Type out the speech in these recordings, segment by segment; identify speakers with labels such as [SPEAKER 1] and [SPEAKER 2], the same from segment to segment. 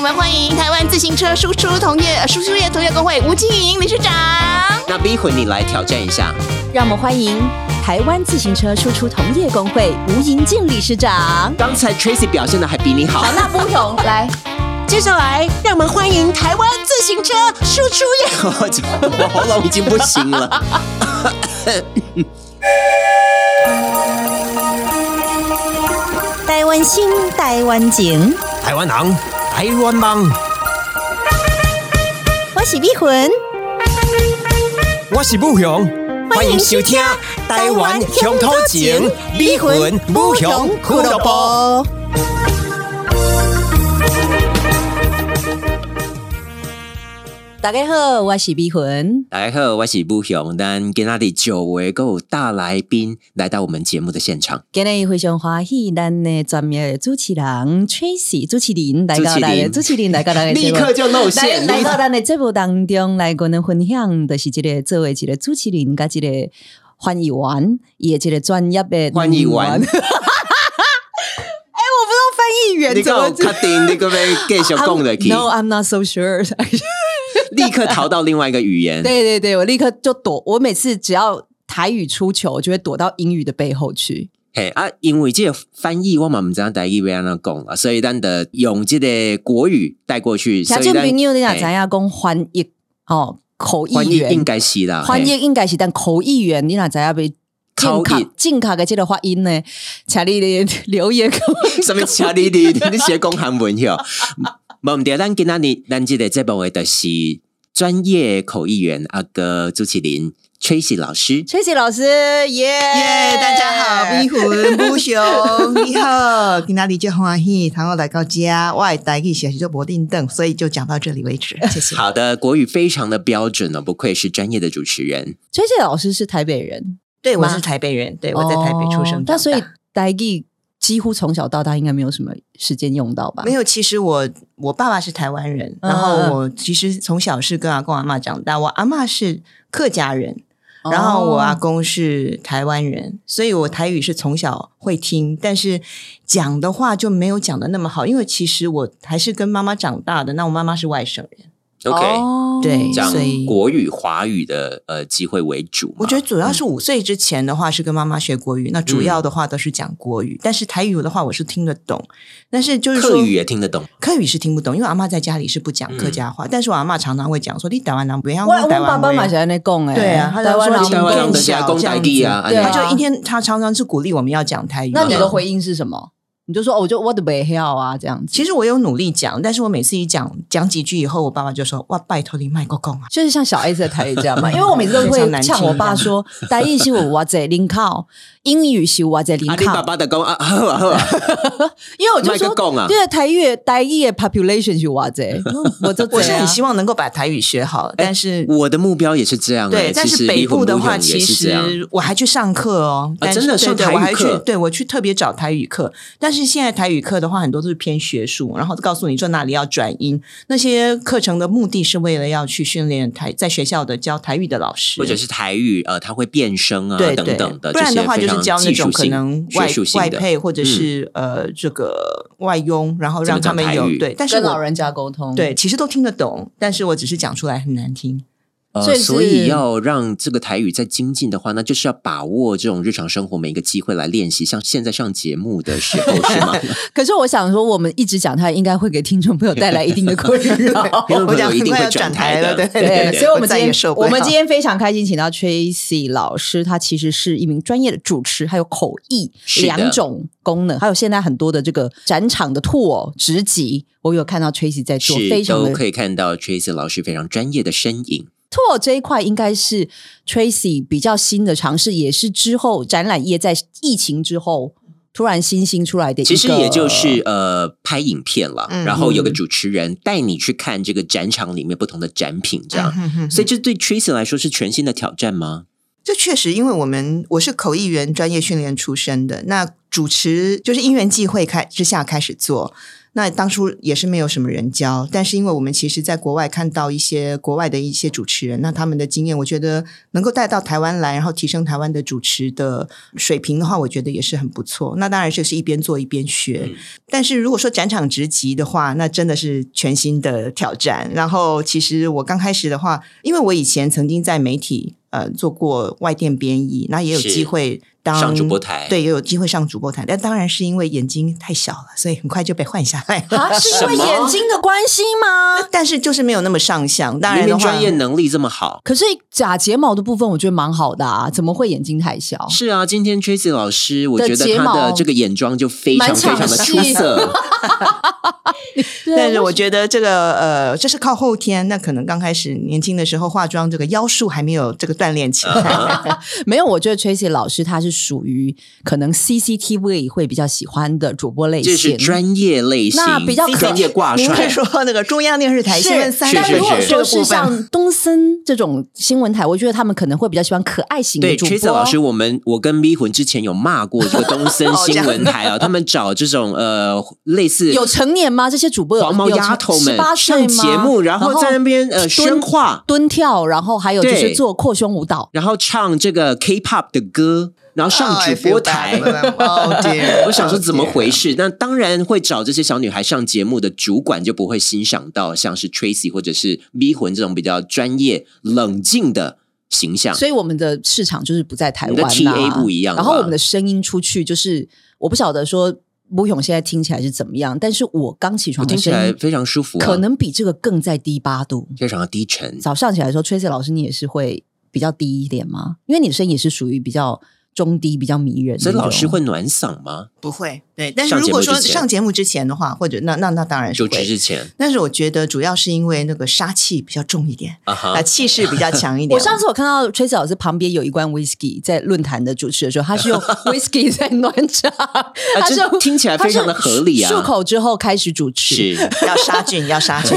[SPEAKER 1] 们欢迎台湾自行车输出同业呃输出业同业工会吴静莹理事长。
[SPEAKER 2] 那 B 魂你来挑战一下，
[SPEAKER 3] 让我们欢迎台湾自行车输出同业工会吴银静理事长。
[SPEAKER 2] 刚才 Tracy 表现的还比你好
[SPEAKER 3] 好，。那不同来，
[SPEAKER 4] 接下来，让我们欢迎台湾自行车输出业。
[SPEAKER 2] 我就我喉咙已经不行了。
[SPEAKER 3] 台湾心，台湾情，
[SPEAKER 5] 台湾人，台湾梦，
[SPEAKER 3] 我是碧魂，
[SPEAKER 5] 我是武雄，欢迎收听《台湾乡土情》，美魂武雄俱乐部。。
[SPEAKER 3] 大家好，我是碧魂。
[SPEAKER 2] 大家好，我是布雄，但今天的久违够大来宾来到我们节目的现场。
[SPEAKER 3] 今日非常欢喜，咱的专业的主持人 Tracy 朱启林来到
[SPEAKER 2] 朱启
[SPEAKER 3] 咱的
[SPEAKER 2] 林
[SPEAKER 3] 朱启林来到咱的节
[SPEAKER 2] 立
[SPEAKER 3] 目
[SPEAKER 2] 刻就露馅，
[SPEAKER 3] 来来到咱的节目当中来跟咱分享，就是一个作为一个主持人，甲一个翻译员，也一个专业的
[SPEAKER 2] 欢
[SPEAKER 3] 哎，
[SPEAKER 2] 迎
[SPEAKER 3] 我
[SPEAKER 2] 完
[SPEAKER 3] 不知，道翻译员
[SPEAKER 2] 你
[SPEAKER 3] 怎
[SPEAKER 2] 给我
[SPEAKER 3] 么
[SPEAKER 2] 确定你个被继续讲的
[SPEAKER 3] I'm-
[SPEAKER 2] 去，
[SPEAKER 3] No, I'm not so sure 。
[SPEAKER 2] 立刻逃到另外一个语言。
[SPEAKER 3] 对对对，我立刻就躲。我每次只要台语出糗，我就会躲到英语的背后去。
[SPEAKER 2] 嘿啊，因为这个翻译我嘛唔知道台语要安怎讲啊，所以咱的用这个国语带过去。
[SPEAKER 3] 听
[SPEAKER 2] 所以
[SPEAKER 3] 众
[SPEAKER 2] 咱
[SPEAKER 3] 朋友，你若知
[SPEAKER 2] 嘿
[SPEAKER 3] 影讲翻译哦，口
[SPEAKER 2] 翻
[SPEAKER 3] 译
[SPEAKER 2] 译应
[SPEAKER 3] 员，
[SPEAKER 2] 该是啦，
[SPEAKER 4] 哎
[SPEAKER 3] 翻
[SPEAKER 2] 嘿
[SPEAKER 3] 译应该是但口译员，你若知影被正
[SPEAKER 2] 口
[SPEAKER 3] 确
[SPEAKER 2] 译
[SPEAKER 3] 正确的这个发音呢，请你的留言给我。
[SPEAKER 2] 什么车你你你学讲韩文哟？ 无毋对，咱今仔日咱即个节目诶，就是专业口译员阿哥朱启林 Tracy 老师。
[SPEAKER 3] 崔 y 老师，耶哎
[SPEAKER 4] 耶、大家好，迷魂不雄，你好，今天你就欢喜，然后来到家，我的台语写是做博定凳，所以就讲到这里为止，谢谢。
[SPEAKER 2] 好的，国语非常的标准哦，不愧是专业的主持人。
[SPEAKER 3] 崔 y 老师是台北人，
[SPEAKER 4] 对，我
[SPEAKER 3] 妈
[SPEAKER 4] 是台北人，对，我在台北出生长大、
[SPEAKER 3] 哦但所以台语几乎从小到大应该没有什么时间用到吧？
[SPEAKER 4] 没有，其实我我爸爸是台湾人，
[SPEAKER 3] 嗯
[SPEAKER 4] 然后我其实从小是跟阿公阿妈长大，我阿妈是客家人，
[SPEAKER 3] 哦，
[SPEAKER 4] 然后我阿公是台湾人，所以我台语是从小会听，但是讲的话就没有讲的那么好，因为其实我还是跟妈妈长大的，那我妈妈是外省人，
[SPEAKER 2] OK，、
[SPEAKER 3] 哦
[SPEAKER 4] 对
[SPEAKER 2] 讲
[SPEAKER 4] 所以
[SPEAKER 2] 国语、华语的呃机会为主嘛。
[SPEAKER 4] 我觉得主要是五岁之前的话是跟妈妈学国语，那主要的话都是讲国语，但是台语的话我是听得懂，但是就是说
[SPEAKER 2] 客语也听得懂，
[SPEAKER 4] 客语是听不懂，因为阿妈在家里是不讲客家话，但是我阿妈常常会讲说：“你台湾人不要
[SPEAKER 3] 我我
[SPEAKER 4] 台
[SPEAKER 3] 爸
[SPEAKER 4] 湾
[SPEAKER 3] 爸嘛
[SPEAKER 4] 话。
[SPEAKER 3] 是安尼讲诶，
[SPEAKER 4] 对啊他就
[SPEAKER 3] 台湾
[SPEAKER 4] 说
[SPEAKER 3] 人
[SPEAKER 4] 请
[SPEAKER 2] 台湾人
[SPEAKER 4] 更
[SPEAKER 2] 的
[SPEAKER 4] 小
[SPEAKER 2] 公台语啊，
[SPEAKER 3] 这样子
[SPEAKER 4] 他
[SPEAKER 2] 安尼
[SPEAKER 4] 就一天，他常常是鼓励我们要讲台语。
[SPEAKER 3] 那你
[SPEAKER 2] 嗯
[SPEAKER 4] 对
[SPEAKER 3] 的回应是什么？你就说哦我就我的北要啊这样子，
[SPEAKER 4] 其实我有努力讲，但是我每次一讲讲几句以后，我爸爸就说：“哇，拜托你卖个公啊
[SPEAKER 3] 就是像小 S 的台语这 样嘛，因为我每次都
[SPEAKER 4] 非常
[SPEAKER 3] 会
[SPEAKER 4] 难
[SPEAKER 3] 呛
[SPEAKER 4] 听
[SPEAKER 3] 我爸说，台语是我我在零靠，英语是我在零
[SPEAKER 2] 啊，你爸
[SPEAKER 3] 靠，
[SPEAKER 2] 爸的讲啊，好啊好啊，
[SPEAKER 3] 因为我就
[SPEAKER 2] 麦
[SPEAKER 3] 说
[SPEAKER 2] 克讲啊，
[SPEAKER 3] 对台语台语的 population 是我在，我就！”
[SPEAKER 2] 啊
[SPEAKER 4] 我是
[SPEAKER 3] 这样
[SPEAKER 4] 很希望能够把台语学好，但是
[SPEAKER 2] 我的目标也是这样、欸。
[SPEAKER 4] 对，但
[SPEAKER 2] 嗯其
[SPEAKER 4] 是
[SPEAKER 2] 实
[SPEAKER 4] 北
[SPEAKER 2] 离魂
[SPEAKER 4] 部的
[SPEAKER 2] 不
[SPEAKER 4] 话，
[SPEAKER 2] 远也
[SPEAKER 4] 其
[SPEAKER 2] 是这样啊
[SPEAKER 4] 实我还去上课哦，但是
[SPEAKER 2] 真的
[SPEAKER 4] 对
[SPEAKER 2] 上
[SPEAKER 4] 对
[SPEAKER 2] 台语
[SPEAKER 4] 我还去
[SPEAKER 2] 课，
[SPEAKER 4] 对我去特别找台语课，但是现在台语课的话，很多都是偏学术，然后告诉你说哪里要转音，那些课程的目的是为了要去训练台在学校的教台语的老师，
[SPEAKER 2] 或者是台语，呃，它会变声啊，
[SPEAKER 4] 对
[SPEAKER 2] 等
[SPEAKER 4] 对
[SPEAKER 2] 等的，
[SPEAKER 4] 不然
[SPEAKER 2] 这
[SPEAKER 4] 的
[SPEAKER 2] 些
[SPEAKER 4] 话
[SPEAKER 2] 非
[SPEAKER 4] 就是
[SPEAKER 2] 常
[SPEAKER 4] 教那
[SPEAKER 2] 技术
[SPEAKER 4] 种可
[SPEAKER 2] 性
[SPEAKER 4] 能
[SPEAKER 2] 学
[SPEAKER 4] 外
[SPEAKER 2] 术性
[SPEAKER 4] 外
[SPEAKER 2] 的嗯
[SPEAKER 4] 配或者是、呃这个外佣，然后
[SPEAKER 2] 怎么
[SPEAKER 4] 让他
[SPEAKER 2] 讲台
[SPEAKER 4] 们有
[SPEAKER 2] 语
[SPEAKER 4] 对，但是
[SPEAKER 3] 跟
[SPEAKER 4] 我
[SPEAKER 3] 老人家沟通，
[SPEAKER 4] 对其实都听得懂，但是我只是讲出来很难听。
[SPEAKER 2] 呃
[SPEAKER 3] 所以
[SPEAKER 2] 所
[SPEAKER 3] 是
[SPEAKER 2] 以要让这个台语再精进的话，那就是要把握这种日常生活每一个机会来练习。像现在上节目的时候是 吗？。
[SPEAKER 3] 可是我想说，我们一直讲它，应该会给听众朋友带来一定的 困扰
[SPEAKER 2] 听众朋
[SPEAKER 4] 我
[SPEAKER 2] 友
[SPEAKER 4] 讲
[SPEAKER 2] 哦一
[SPEAKER 4] 很
[SPEAKER 2] 定
[SPEAKER 4] 快
[SPEAKER 2] 会
[SPEAKER 4] 要转
[SPEAKER 2] 台
[SPEAKER 4] 台了，对
[SPEAKER 2] 的，
[SPEAKER 4] 对
[SPEAKER 3] 对，所以我们
[SPEAKER 4] 我
[SPEAKER 3] 今
[SPEAKER 4] 再也
[SPEAKER 3] 天
[SPEAKER 4] 受
[SPEAKER 3] 我
[SPEAKER 4] 不了
[SPEAKER 3] 们今天非常开心，请到 Tracy 老师，他其实是一名专业的主持，还有口译
[SPEAKER 2] 是的
[SPEAKER 3] 两种功能，还有现在很多的这个展场的 tour 职级，我有看到 Tracy 在做，非
[SPEAKER 2] 是
[SPEAKER 3] 常
[SPEAKER 2] 都
[SPEAKER 3] 的
[SPEAKER 2] 可以看到 Tracy 老师非常专业的身影。
[SPEAKER 3] tour 这一块应该是 Tracy 比较新的尝试，也是之后展览业在疫情之后突然新兴出来的一个，
[SPEAKER 2] 其实也就是呃拍影片了，
[SPEAKER 4] 嗯
[SPEAKER 2] 然后有个主持人带你去看这个展场里面不同的展品，这样。
[SPEAKER 4] 嗯哼哼
[SPEAKER 2] 所以这对 Tracy 来说是全新的挑战吗？
[SPEAKER 4] 这确实，因为我们我是口译员专业训练出身的，那主持就是因缘际会开之下开始做。那当初也是没有什么人教，但是因为我们其实在国外看到一些国外的一些主持人，那他们的经验，我觉得能够带到台湾来，然后提升台湾的主持的水平的话，我觉得也是很不错。那当然就是一边做一边学，
[SPEAKER 2] 嗯
[SPEAKER 4] 但是如果说展场直击的话，那真的是全新的挑战。然后其实我刚开始的话，因为我以前曾经在媒体呃做过外电编译，那也有
[SPEAKER 2] 是
[SPEAKER 4] 机会当
[SPEAKER 2] 上主播台
[SPEAKER 4] 对，也有机会上主播台。但当然是因为眼睛太小了，所以很快就被换下来了。
[SPEAKER 3] 啊，是因为
[SPEAKER 2] 什么
[SPEAKER 3] 眼睛的关系吗？
[SPEAKER 4] 但是就是没有那么上相。当
[SPEAKER 2] 明
[SPEAKER 4] 然的
[SPEAKER 2] 明
[SPEAKER 4] 话，
[SPEAKER 2] 专业能力这么好，
[SPEAKER 3] 可是假睫毛的部分，我觉得蛮好的啊，怎么会眼睛太小？
[SPEAKER 2] 是啊，今天 Tracy 老师，
[SPEAKER 3] 哦
[SPEAKER 2] 我
[SPEAKER 3] 的
[SPEAKER 2] 觉得
[SPEAKER 3] 睫
[SPEAKER 2] 他
[SPEAKER 3] 毛
[SPEAKER 2] 的这个眼妆就非常
[SPEAKER 3] 蛮
[SPEAKER 2] 非
[SPEAKER 3] 抢
[SPEAKER 2] 常的出
[SPEAKER 3] 戏
[SPEAKER 2] 色，
[SPEAKER 3] 对啊
[SPEAKER 4] 但是我觉得这个呃，这是靠后天。那可能刚开始年轻的时候化妆，这个妖术还没有这个锻炼起
[SPEAKER 2] 呃
[SPEAKER 4] 来。
[SPEAKER 3] 没有，我觉得 Tracy 老师他是属于可能 CCTV 会比较喜欢的主播类
[SPEAKER 2] 这是
[SPEAKER 3] 型。
[SPEAKER 2] 专业类型，
[SPEAKER 3] 那比较可
[SPEAKER 2] 专业挂
[SPEAKER 4] 您
[SPEAKER 2] 啊帅
[SPEAKER 4] 是。说那个中央电视台新闻三
[SPEAKER 2] 是
[SPEAKER 3] 但
[SPEAKER 2] 是
[SPEAKER 4] 台
[SPEAKER 3] 如果
[SPEAKER 2] 是
[SPEAKER 4] 这
[SPEAKER 3] 说
[SPEAKER 4] 个
[SPEAKER 3] 是
[SPEAKER 4] 部分？
[SPEAKER 3] 像东森这种新闻台，我觉得他们可能会比较喜欢可爱型的
[SPEAKER 2] 对
[SPEAKER 3] 主
[SPEAKER 2] ，Tracy
[SPEAKER 3] 播。
[SPEAKER 2] 老师，我们我跟咪魂之前有骂过这个东 森
[SPEAKER 3] 哦
[SPEAKER 4] 这
[SPEAKER 2] 新
[SPEAKER 4] 样
[SPEAKER 2] 闻台啊，他们找这种呃类似
[SPEAKER 3] 有成年吗？这些主播有
[SPEAKER 2] 黄毛丫头们
[SPEAKER 3] 十八岁
[SPEAKER 2] 上
[SPEAKER 3] 吗？
[SPEAKER 2] 节目，然后在那边呃
[SPEAKER 3] 蹲
[SPEAKER 2] 宣化，
[SPEAKER 3] 蹲跳，然后还有就
[SPEAKER 2] 对
[SPEAKER 3] 是做扩胸舞蹈。
[SPEAKER 2] 然后唱这个 K-pop 的歌，然后上
[SPEAKER 3] 哎
[SPEAKER 4] 哎
[SPEAKER 2] 主播台。
[SPEAKER 4] 哦，对，
[SPEAKER 2] 我想说怎么回事？那当然会找这些小女孩上节目的主管就不会欣赏到像是 Tracy 或者是咪魂这种比较专业冷静的形象。
[SPEAKER 3] 所以我们的市场就是不在台湾、啊，
[SPEAKER 2] 你的 TA 不一样吧
[SPEAKER 3] 然后我们的声音出去，就是我不晓得说吴勇现在听起来是怎么样，但是我刚起
[SPEAKER 2] 我
[SPEAKER 3] 床
[SPEAKER 2] 听
[SPEAKER 3] 的
[SPEAKER 2] 起
[SPEAKER 3] 声
[SPEAKER 2] 来
[SPEAKER 3] 音
[SPEAKER 2] 非常舒服、啊，
[SPEAKER 3] 可能比这个更在低八度。
[SPEAKER 2] 非常的低沉。
[SPEAKER 3] 早上起来的时候，Tracy 老师，你也是会比较低一点吗？因为你的声音也是属于比较中低、比较迷人的那
[SPEAKER 2] 所
[SPEAKER 3] 种。
[SPEAKER 2] 以老师会暖嗓吗？
[SPEAKER 4] 不会，对。但是
[SPEAKER 2] 上节
[SPEAKER 4] 如果
[SPEAKER 2] 目
[SPEAKER 4] 说
[SPEAKER 2] 之前
[SPEAKER 4] 上节目之前的话，或者那那那当然是
[SPEAKER 2] 就
[SPEAKER 4] 会。
[SPEAKER 2] 职之前
[SPEAKER 4] 但是我觉得主要是因为那个杀气比较重一点，
[SPEAKER 3] 哎
[SPEAKER 2] 啊
[SPEAKER 4] 啊，
[SPEAKER 2] 哈，
[SPEAKER 4] 气势比较强一 点。
[SPEAKER 3] 我上次我看到 Tracy 老师旁边有一罐 whisky 在论坛的主持的时候，他是用 whisky 在暖场，他是
[SPEAKER 2] 啊这听起来非常的合理啊
[SPEAKER 3] 他是漱口之后开始主持，
[SPEAKER 2] 是啊
[SPEAKER 4] 要杀菌，要杀菌。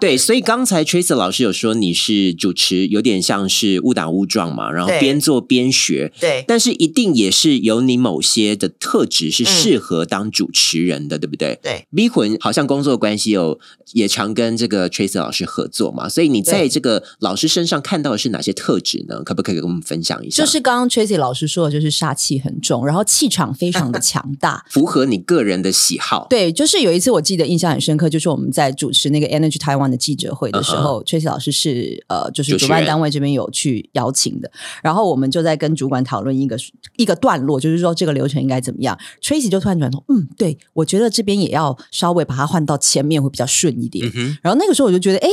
[SPEAKER 2] 对。所以刚才 Tracy 老师有说你是主持，有点像是误打误撞嘛，然后
[SPEAKER 4] 对
[SPEAKER 2] 边做边学。
[SPEAKER 4] 对，
[SPEAKER 2] 但是一定也是有你某些的特质
[SPEAKER 3] 嗯
[SPEAKER 2] 是适合当主持人的，对不对？
[SPEAKER 4] 对
[SPEAKER 2] 咪魂好像工作关系有也常跟这个 Tracy 老师合作嘛，所以你在
[SPEAKER 3] 对
[SPEAKER 2] 这个老师身上看到的是哪些特质呢？可不可以跟我们分享一下？。
[SPEAKER 3] 就是刚刚 Tracy 老师说的，就是煞气很重，然后气场非常的强大
[SPEAKER 2] 符合你个人的喜好。
[SPEAKER 3] 对，就是有一次我记得印象很深刻，就是我们在主持那个 Energy Taiwan 的记者会的时候、t r a c y 老师是呃，就是
[SPEAKER 2] 嗯主持
[SPEAKER 3] 主办
[SPEAKER 2] 人
[SPEAKER 3] 单位这边有去邀请的，然后我们就在跟主管讨论一个一个段落，就是说这个流程应该怎么样。Tracy 就突然转头，嗯，对我觉得这边也要稍微把它换到前面会比较顺一点。
[SPEAKER 2] 哼，
[SPEAKER 3] 然后那个时候我就觉得，哎，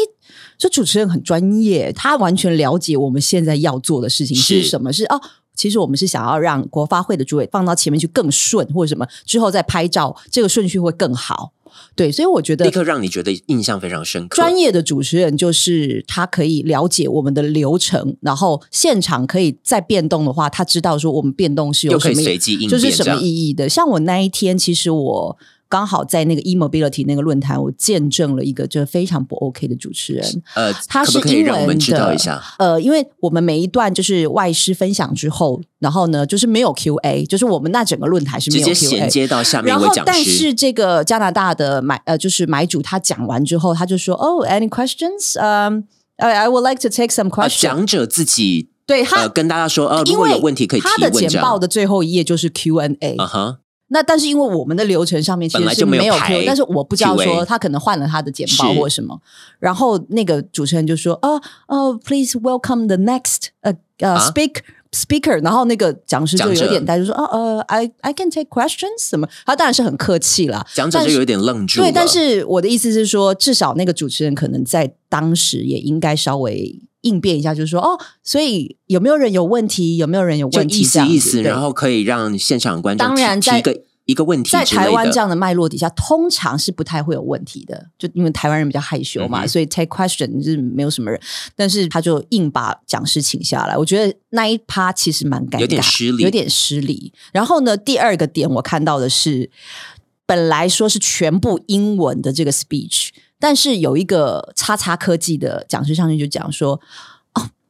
[SPEAKER 3] 这主持人很专业，他完全了解我们现在要做的事情是
[SPEAKER 2] 是
[SPEAKER 3] 什么，是哦。其实我们是想要让国发会的主委放到前面去更顺，或者什么之后再拍照，这个顺序会更好。对，所以我觉
[SPEAKER 2] 立
[SPEAKER 3] 得
[SPEAKER 2] 刻让你觉得印象非常深刻。
[SPEAKER 3] 专业的主持人就是他可以了解我们的流程，然后现场可以再变动的话，他知道说我们变动是有
[SPEAKER 2] 又
[SPEAKER 3] 什
[SPEAKER 2] 可以
[SPEAKER 3] 么
[SPEAKER 2] 随机应
[SPEAKER 3] 就
[SPEAKER 2] 变，
[SPEAKER 3] 是什
[SPEAKER 2] 这
[SPEAKER 3] 么
[SPEAKER 2] 样
[SPEAKER 3] 意义的。像我那一天，其实我刚好在那个 e-mobility 那个论坛，我见证了一个就是非常不 OK 的主持人。
[SPEAKER 2] 呃，
[SPEAKER 3] 他
[SPEAKER 2] 可
[SPEAKER 3] 是
[SPEAKER 2] 不可
[SPEAKER 3] 英
[SPEAKER 2] 以
[SPEAKER 3] 文的，
[SPEAKER 2] 让我们知道一下？
[SPEAKER 3] 呃，因为我们每一段就是外师分享之后，然后呢，就是没有 Q&A，就是我们那整个论坛是没
[SPEAKER 2] 直
[SPEAKER 3] 有
[SPEAKER 2] 接衔
[SPEAKER 3] Q&A。
[SPEAKER 2] 接到下面
[SPEAKER 3] 然
[SPEAKER 2] 一位
[SPEAKER 3] 后，
[SPEAKER 2] 讲
[SPEAKER 3] 但
[SPEAKER 2] 师
[SPEAKER 3] 是这个加拿大的买呃，就是买主他讲完之后，他就说：“哦、a n y questions？嗯、i I would like to take some
[SPEAKER 2] 啊，
[SPEAKER 3] questions、
[SPEAKER 2] 讲者自己
[SPEAKER 3] 对他，
[SPEAKER 2] 呃跟大家说，呃，如
[SPEAKER 3] 因
[SPEAKER 2] 果
[SPEAKER 3] 为
[SPEAKER 2] 有问题可以提
[SPEAKER 3] 他的
[SPEAKER 2] 问这
[SPEAKER 3] 简报
[SPEAKER 2] 样。
[SPEAKER 3] 的最后一页就是 Q&A，、
[SPEAKER 2] 啊哈，
[SPEAKER 3] 那但是因为我们的流程上面其
[SPEAKER 2] 本
[SPEAKER 3] 实
[SPEAKER 2] 来
[SPEAKER 3] 是
[SPEAKER 2] 就没有
[SPEAKER 3] 没有
[SPEAKER 2] 排
[SPEAKER 3] Q，但是我不知道
[SPEAKER 2] Q&A
[SPEAKER 3] 说他可能换了他的简报
[SPEAKER 2] 是
[SPEAKER 3] 或什么。然后那个主持人就说：“哦哦，please welcome the next 呃呃
[SPEAKER 2] 啊
[SPEAKER 3] speak speaker。”然后那个讲师就
[SPEAKER 2] 讲者
[SPEAKER 3] 有点呆，就说：“哦呃，I I can take questions 什么？”他当然是很客气啦，
[SPEAKER 2] 讲者
[SPEAKER 3] 但
[SPEAKER 2] 就是有点愣住了。
[SPEAKER 3] 对，但是我的意思是说，至少那个主持人可能在当时也应该稍微应变一下，就是说哦，所以有没有人有问题？有没有人有
[SPEAKER 2] 就
[SPEAKER 3] 问题？
[SPEAKER 2] 意
[SPEAKER 3] 这
[SPEAKER 2] 思
[SPEAKER 3] 样
[SPEAKER 2] 意
[SPEAKER 3] 子
[SPEAKER 2] 思，
[SPEAKER 3] 对
[SPEAKER 2] 然后可以让现场观众
[SPEAKER 3] 当
[SPEAKER 2] 提
[SPEAKER 3] 然
[SPEAKER 2] 提
[SPEAKER 3] 在
[SPEAKER 2] 一个一个问题
[SPEAKER 3] 在
[SPEAKER 2] 之类
[SPEAKER 3] 台湾
[SPEAKER 2] 的
[SPEAKER 3] 这样的脉络底下，通常是不太会有问题的，就因为台湾人比较害羞嘛，
[SPEAKER 2] 嗯哼
[SPEAKER 3] 所以 take question 是没有什么人，但是他就硬把讲师请下来，我觉得那一趴其实蛮尴尬，
[SPEAKER 2] 有点失礼
[SPEAKER 3] 有点失礼。然后呢，第二个点我看到的是，本来说是全部英文的这个 speech，但是有一个叉叉科技的讲师上去就讲说。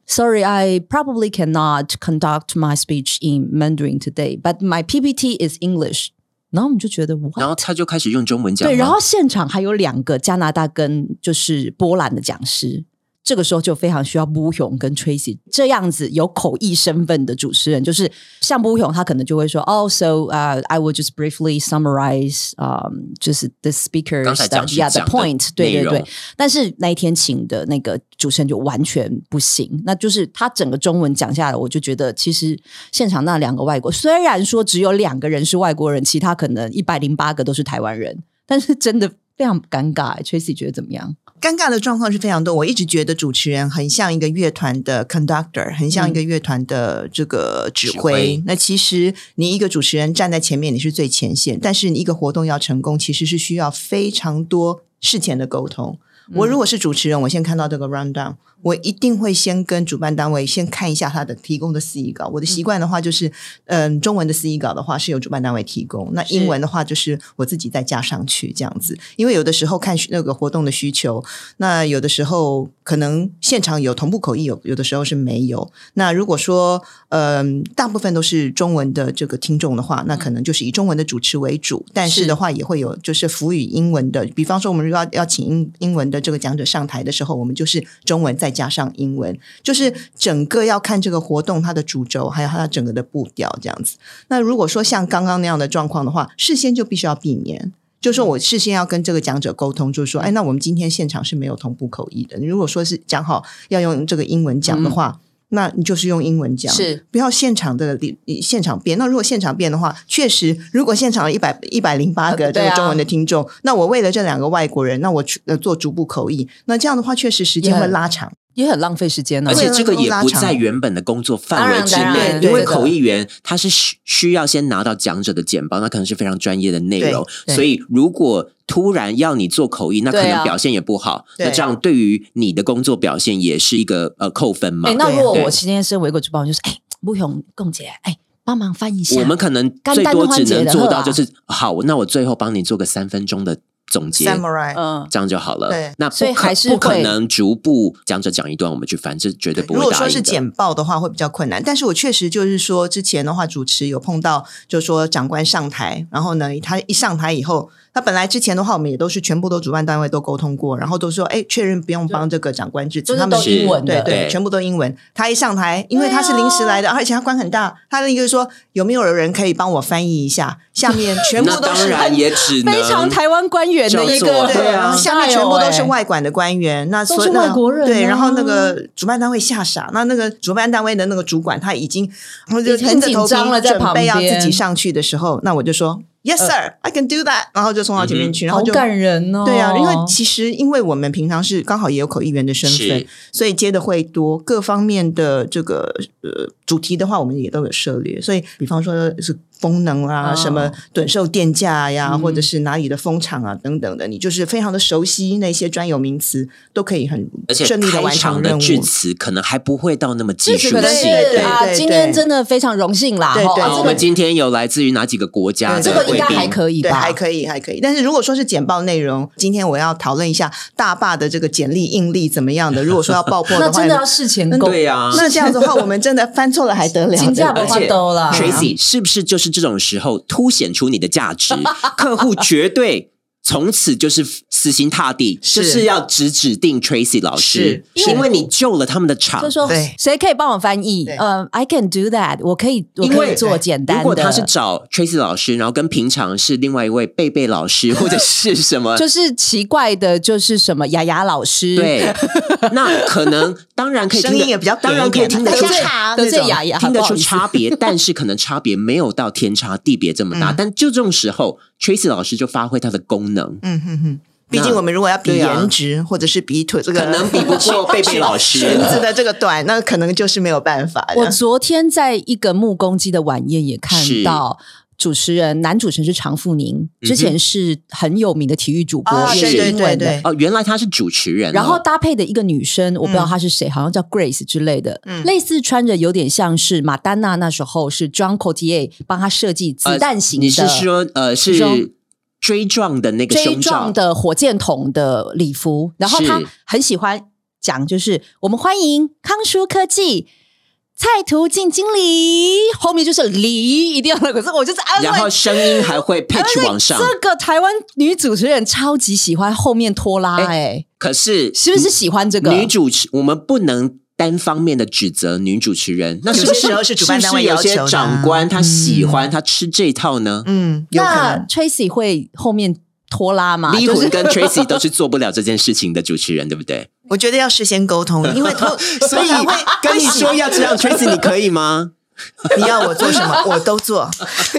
[SPEAKER 3] Sorry, Oh, I probably cannot conduct my speech in Mandarin today, but my PPT is English. 然后我们就觉得哇，
[SPEAKER 2] 然后他就开始用中文讲吗，
[SPEAKER 3] 对，然后现场还有两个加拿大跟就是波兰的讲师，这个时候就非常需要布勇跟 Tracy 这样子有口译身份的主持人，就是像布勇，他可能就会说，哦、s o 啊、i will just briefly summarize，嗯、就是 the speaker
[SPEAKER 2] 刚才讲师
[SPEAKER 3] yeah the
[SPEAKER 2] 讲的
[SPEAKER 3] point，对
[SPEAKER 2] 内
[SPEAKER 3] 对
[SPEAKER 2] 容
[SPEAKER 3] 对。但是那一天请的那个主持人就完全不行，那就是他整个中文讲下来，我就觉得其实现场那两个外国，虽然说只有两个人是外国人，其他可能一百零八个都是台湾人，但是真的非常尴尬、Tracy 觉得怎么样？
[SPEAKER 4] 尴尬的状况是非常多。我一直觉得主持人很像一个乐团的 conductor，很像一
[SPEAKER 3] 嗯
[SPEAKER 4] 个乐团的这个指挥。
[SPEAKER 2] 指挥
[SPEAKER 4] 那其实你一个主持人站在前面，你是最前线，但是你一个活动要成功，其实是需要非常多事前的沟
[SPEAKER 3] 嗯
[SPEAKER 4] 通。我如果是主持人，我先看到这个 rundown，我一定会先跟主办单位先看一下他的提供的司仪稿。我的习惯的话就是，嗯、中文的司仪稿的话是由主办单位提供，那英文的话就是我自己再加上去这样子。因为有的时候看需那个活动的需求，那有的时候可能现场有同步口译，有有的时候是没有。那如果说，嗯、大部分都是中文的这个听众的话，那可能就是以中文的主持为主，但是的话也会有就是辅以英文的。比方说，我们如果要要请英英文的这个讲者上台的时候，我们就是中文再加上英文，就是整个要看这个活动它的主轴，还有它整个的步调这样子。那如果说像刚刚那样的状况的话，事先就必须要避免。就是说我事先要跟这个讲者沟通，就是说，哎，那我们今天现场是没有同步口译的。你如果说是讲好要用这个英文讲的话，那你就是用英文讲，
[SPEAKER 3] 是
[SPEAKER 4] 不要现场的现场变。那如果现场变的话，确实，如果现场一百一百零八个
[SPEAKER 3] 呃
[SPEAKER 4] 这
[SPEAKER 3] 对啊
[SPEAKER 4] 个中文的听众，那我为了这两个外国人，那我去呃做逐步口译，那这样的话确实时间会拉长。
[SPEAKER 3] 也很浪费时间呢、
[SPEAKER 2] 啊而且这个也
[SPEAKER 4] 拉
[SPEAKER 2] 不
[SPEAKER 4] 长
[SPEAKER 2] 在原本的工作范围之
[SPEAKER 3] 当然当
[SPEAKER 2] 内
[SPEAKER 3] 然，
[SPEAKER 2] 因为
[SPEAKER 4] 对的
[SPEAKER 2] 口译员他是需需要先拿到讲者的简报，那可能是非常专业的内容，
[SPEAKER 3] 对对
[SPEAKER 2] 所以如果突然要你做口译，那可
[SPEAKER 3] 对
[SPEAKER 2] 能
[SPEAKER 3] 啊
[SPEAKER 2] 表现也不好，
[SPEAKER 4] 对啊
[SPEAKER 2] 那这样对于你的工作表现也是一个呃扣分嘛
[SPEAKER 3] 哎、。那
[SPEAKER 4] 对
[SPEAKER 3] 如果
[SPEAKER 2] 对
[SPEAKER 3] 我今天身为一个主办，我就是哎，布勇共姐，哎，帮忙翻译一下，
[SPEAKER 2] 我们可能
[SPEAKER 3] 简
[SPEAKER 2] 最
[SPEAKER 3] 单
[SPEAKER 2] 多
[SPEAKER 3] 的
[SPEAKER 2] 只
[SPEAKER 3] 缓解
[SPEAKER 2] 能
[SPEAKER 3] 的
[SPEAKER 2] 做
[SPEAKER 3] 呵
[SPEAKER 2] 到
[SPEAKER 3] 啊
[SPEAKER 2] 就是好，那我最后帮你做个三分钟的总结。
[SPEAKER 4] Samurai，、
[SPEAKER 3] 嗯。
[SPEAKER 2] 这样就好了。
[SPEAKER 4] 对
[SPEAKER 2] 那不
[SPEAKER 3] 所以
[SPEAKER 2] 可
[SPEAKER 3] 还是
[SPEAKER 2] 不可
[SPEAKER 3] 会
[SPEAKER 2] 能逐步讲者讲一段，我们去翻，这绝对不会
[SPEAKER 4] 如果
[SPEAKER 2] 答
[SPEAKER 4] 说
[SPEAKER 2] 应的
[SPEAKER 4] 是简报的话，会比较困难。但是我确实就是说，之前的话，主持有碰到，就是说长官上台，然后呢，他一上台以后，他本来之前的话，我们也都是全部都主办单位都沟通过，然后都说，哎，确认不用帮这个长官致
[SPEAKER 3] 就
[SPEAKER 4] 辞，
[SPEAKER 3] 是
[SPEAKER 4] 他们
[SPEAKER 3] 都
[SPEAKER 2] 是
[SPEAKER 3] 英文
[SPEAKER 4] 对
[SPEAKER 3] 的，
[SPEAKER 4] 对
[SPEAKER 2] 对，
[SPEAKER 4] 全部都英文。他一上台，因为他是临时来的，而且他官很大，他那个说有没有人可以帮我翻译一下？下面全部
[SPEAKER 2] 那
[SPEAKER 4] 都
[SPEAKER 2] 当
[SPEAKER 4] 是
[SPEAKER 2] 然啊也只能
[SPEAKER 3] 非常台湾官员的一
[SPEAKER 2] 这样
[SPEAKER 3] 个
[SPEAKER 2] 做
[SPEAKER 4] 对
[SPEAKER 2] 对啊
[SPEAKER 4] 下面全部都是
[SPEAKER 3] style，哎
[SPEAKER 4] 外管的官员，那所以
[SPEAKER 3] 都是
[SPEAKER 4] 那
[SPEAKER 3] 外国人啊
[SPEAKER 4] 对，然后那个主办单位吓傻，那那个主办单位的那个主管他已经我就
[SPEAKER 3] 已经
[SPEAKER 4] 硬着头
[SPEAKER 3] 紧张了
[SPEAKER 4] 皮
[SPEAKER 3] 在
[SPEAKER 4] 准
[SPEAKER 3] 旁
[SPEAKER 4] 备
[SPEAKER 3] 边
[SPEAKER 4] 要自己上去的时候，那我就说 Yes sir, I can do that，然后就冲到前面去，然
[SPEAKER 3] 嗯好
[SPEAKER 4] 后就。
[SPEAKER 3] 感人哦。
[SPEAKER 4] 对啊，因为其实因为我们平常是刚好也有口译员的身份
[SPEAKER 2] 是，
[SPEAKER 4] 所以接的会多，各方面的这个呃主题的话，我们也都有涉猎。所以，比方说是风能啦、
[SPEAKER 3] 哦
[SPEAKER 4] 什么趸售电价呀、
[SPEAKER 3] 嗯
[SPEAKER 4] 或者是哪里的风场啊等等的，你就是非常的熟悉那些专有名词，都可以很
[SPEAKER 2] 而且
[SPEAKER 4] 顺利的
[SPEAKER 2] 开
[SPEAKER 4] 完
[SPEAKER 2] 场
[SPEAKER 4] 成
[SPEAKER 2] 的
[SPEAKER 4] 任务。
[SPEAKER 2] 致辞可能还不会到那么技
[SPEAKER 3] 这
[SPEAKER 2] 术
[SPEAKER 3] 是
[SPEAKER 2] 性
[SPEAKER 3] 可能
[SPEAKER 4] 系
[SPEAKER 3] 是
[SPEAKER 4] 对对
[SPEAKER 3] 啊，
[SPEAKER 4] 对
[SPEAKER 3] 今天真的非常荣幸啦。
[SPEAKER 4] 对
[SPEAKER 3] 哈
[SPEAKER 4] 对
[SPEAKER 3] 啊
[SPEAKER 2] 啊，
[SPEAKER 4] 对
[SPEAKER 2] 我
[SPEAKER 3] 这
[SPEAKER 2] 们
[SPEAKER 3] 个
[SPEAKER 2] 今天有来自于哪几个国家的
[SPEAKER 4] 对
[SPEAKER 3] 这个应该
[SPEAKER 2] 贵宾
[SPEAKER 3] 还可以
[SPEAKER 4] 对，
[SPEAKER 3] 吧？
[SPEAKER 4] 还可以，还可以。但是如果说是简报内容，今天我要讨论一下大坝的这个简历应力怎么样的。如果说要爆破
[SPEAKER 3] 那
[SPEAKER 4] 的话
[SPEAKER 3] 真的，要事前沟
[SPEAKER 2] 嗯对啊呀、
[SPEAKER 4] 那这样子的话，我们真的翻错了还得了？
[SPEAKER 3] 请假
[SPEAKER 2] 而
[SPEAKER 3] 不
[SPEAKER 2] 且
[SPEAKER 3] 换兜啦。
[SPEAKER 2] Tracy 是不是就是这种时候凸显出你的价值？客户绝对从此就是死心塌地，
[SPEAKER 4] 是
[SPEAKER 2] 就是要只指定 Tracy 老师，
[SPEAKER 4] 是
[SPEAKER 2] 是因为你救了他们的场
[SPEAKER 3] 就。说
[SPEAKER 4] 对
[SPEAKER 3] 谁可以帮我翻译？
[SPEAKER 4] 对
[SPEAKER 3] 呃，I can do that，我可以，我
[SPEAKER 2] 因
[SPEAKER 3] 可
[SPEAKER 2] 为
[SPEAKER 3] 以做简单
[SPEAKER 2] 如
[SPEAKER 3] 的。
[SPEAKER 2] 果他是找 Tracy 老师，然后跟平常是另外一位贝贝老师或者是什 么，
[SPEAKER 3] 就是奇怪的，就是什么雅雅老师
[SPEAKER 2] 对，那可能当然可以听得
[SPEAKER 4] 声音也比较
[SPEAKER 2] 当然可以听得
[SPEAKER 4] 扁一
[SPEAKER 2] 出
[SPEAKER 4] 点大家好
[SPEAKER 3] 得罪
[SPEAKER 4] 那种
[SPEAKER 3] 雅雅，
[SPEAKER 2] 听得
[SPEAKER 3] 哎不好
[SPEAKER 2] 出
[SPEAKER 3] 意思
[SPEAKER 2] 差别，但是可能差别没有到天差地别这么大。
[SPEAKER 4] 嗯
[SPEAKER 2] 但就这种时候，Tracy 老师就发挥他的功能，
[SPEAKER 4] 嗯哼哼，毕竟
[SPEAKER 2] 那
[SPEAKER 4] 我们如果要比
[SPEAKER 2] 对啊
[SPEAKER 4] 颜值，或者是比腿，这个
[SPEAKER 2] 可能比不过贝贝老师。
[SPEAKER 4] 裙子的这个短，那可能就是没有办法的。
[SPEAKER 3] 我昨天在一个木工机的晚宴也看
[SPEAKER 2] 是嗯
[SPEAKER 3] 到。主持人男主持人是常富宁，之前是很有名的体育主播，
[SPEAKER 4] 啊，
[SPEAKER 3] 也
[SPEAKER 4] 对
[SPEAKER 3] 是
[SPEAKER 4] 对
[SPEAKER 3] 英
[SPEAKER 4] 对
[SPEAKER 3] 文的。
[SPEAKER 4] 对，
[SPEAKER 2] 哦，原来他是主持人哦、
[SPEAKER 3] 然后搭配的一个女生，我不知
[SPEAKER 2] 嗯
[SPEAKER 3] 道她是谁，好像叫 Grace 之类的，
[SPEAKER 4] 嗯
[SPEAKER 3] 类似穿着有点像是马丹娜那时候是 John Cotier 帮她设计子弹型的，
[SPEAKER 2] 你是说呃
[SPEAKER 3] 胸
[SPEAKER 2] 是追撞的那个
[SPEAKER 3] 锥
[SPEAKER 2] 胸罩
[SPEAKER 3] 状的火箭筒的礼服，然后
[SPEAKER 2] 是
[SPEAKER 3] 她很喜欢讲，就是我们欢迎康舒科技。蔡图进经理，后面就是离，一定要那个。可是我就是安慰
[SPEAKER 2] 然后声音还会
[SPEAKER 3] 安
[SPEAKER 2] pitch
[SPEAKER 3] 慰
[SPEAKER 2] 往上。
[SPEAKER 3] 哎这个台湾女主持人超级喜欢后面拖拉、
[SPEAKER 2] 哎
[SPEAKER 3] 哎、
[SPEAKER 2] 可是
[SPEAKER 3] 是不是喜欢这个
[SPEAKER 2] 女主持，我们不能单方面的指责女主持人。那是不
[SPEAKER 4] 有些时候是主办单位
[SPEAKER 2] 是不是有
[SPEAKER 4] 要
[SPEAKER 2] 些
[SPEAKER 4] 求的啊
[SPEAKER 2] 长官他喜欢、他吃这套呢？
[SPEAKER 4] 嗯，有可
[SPEAKER 3] 那
[SPEAKER 4] 能。
[SPEAKER 3] Tracy 会后面拖拉
[SPEAKER 4] 嗯
[SPEAKER 3] 吗？
[SPEAKER 2] 离
[SPEAKER 3] 就是
[SPEAKER 2] 魂跟 Tracy 都是做不了这件事情的主持人，对不对？
[SPEAKER 4] 我觉得要事先沟通，因为通
[SPEAKER 2] 所以
[SPEAKER 4] 通常会
[SPEAKER 2] 跟你说要这样，Tracy 你可以吗？
[SPEAKER 4] 你要我做什么，我都做。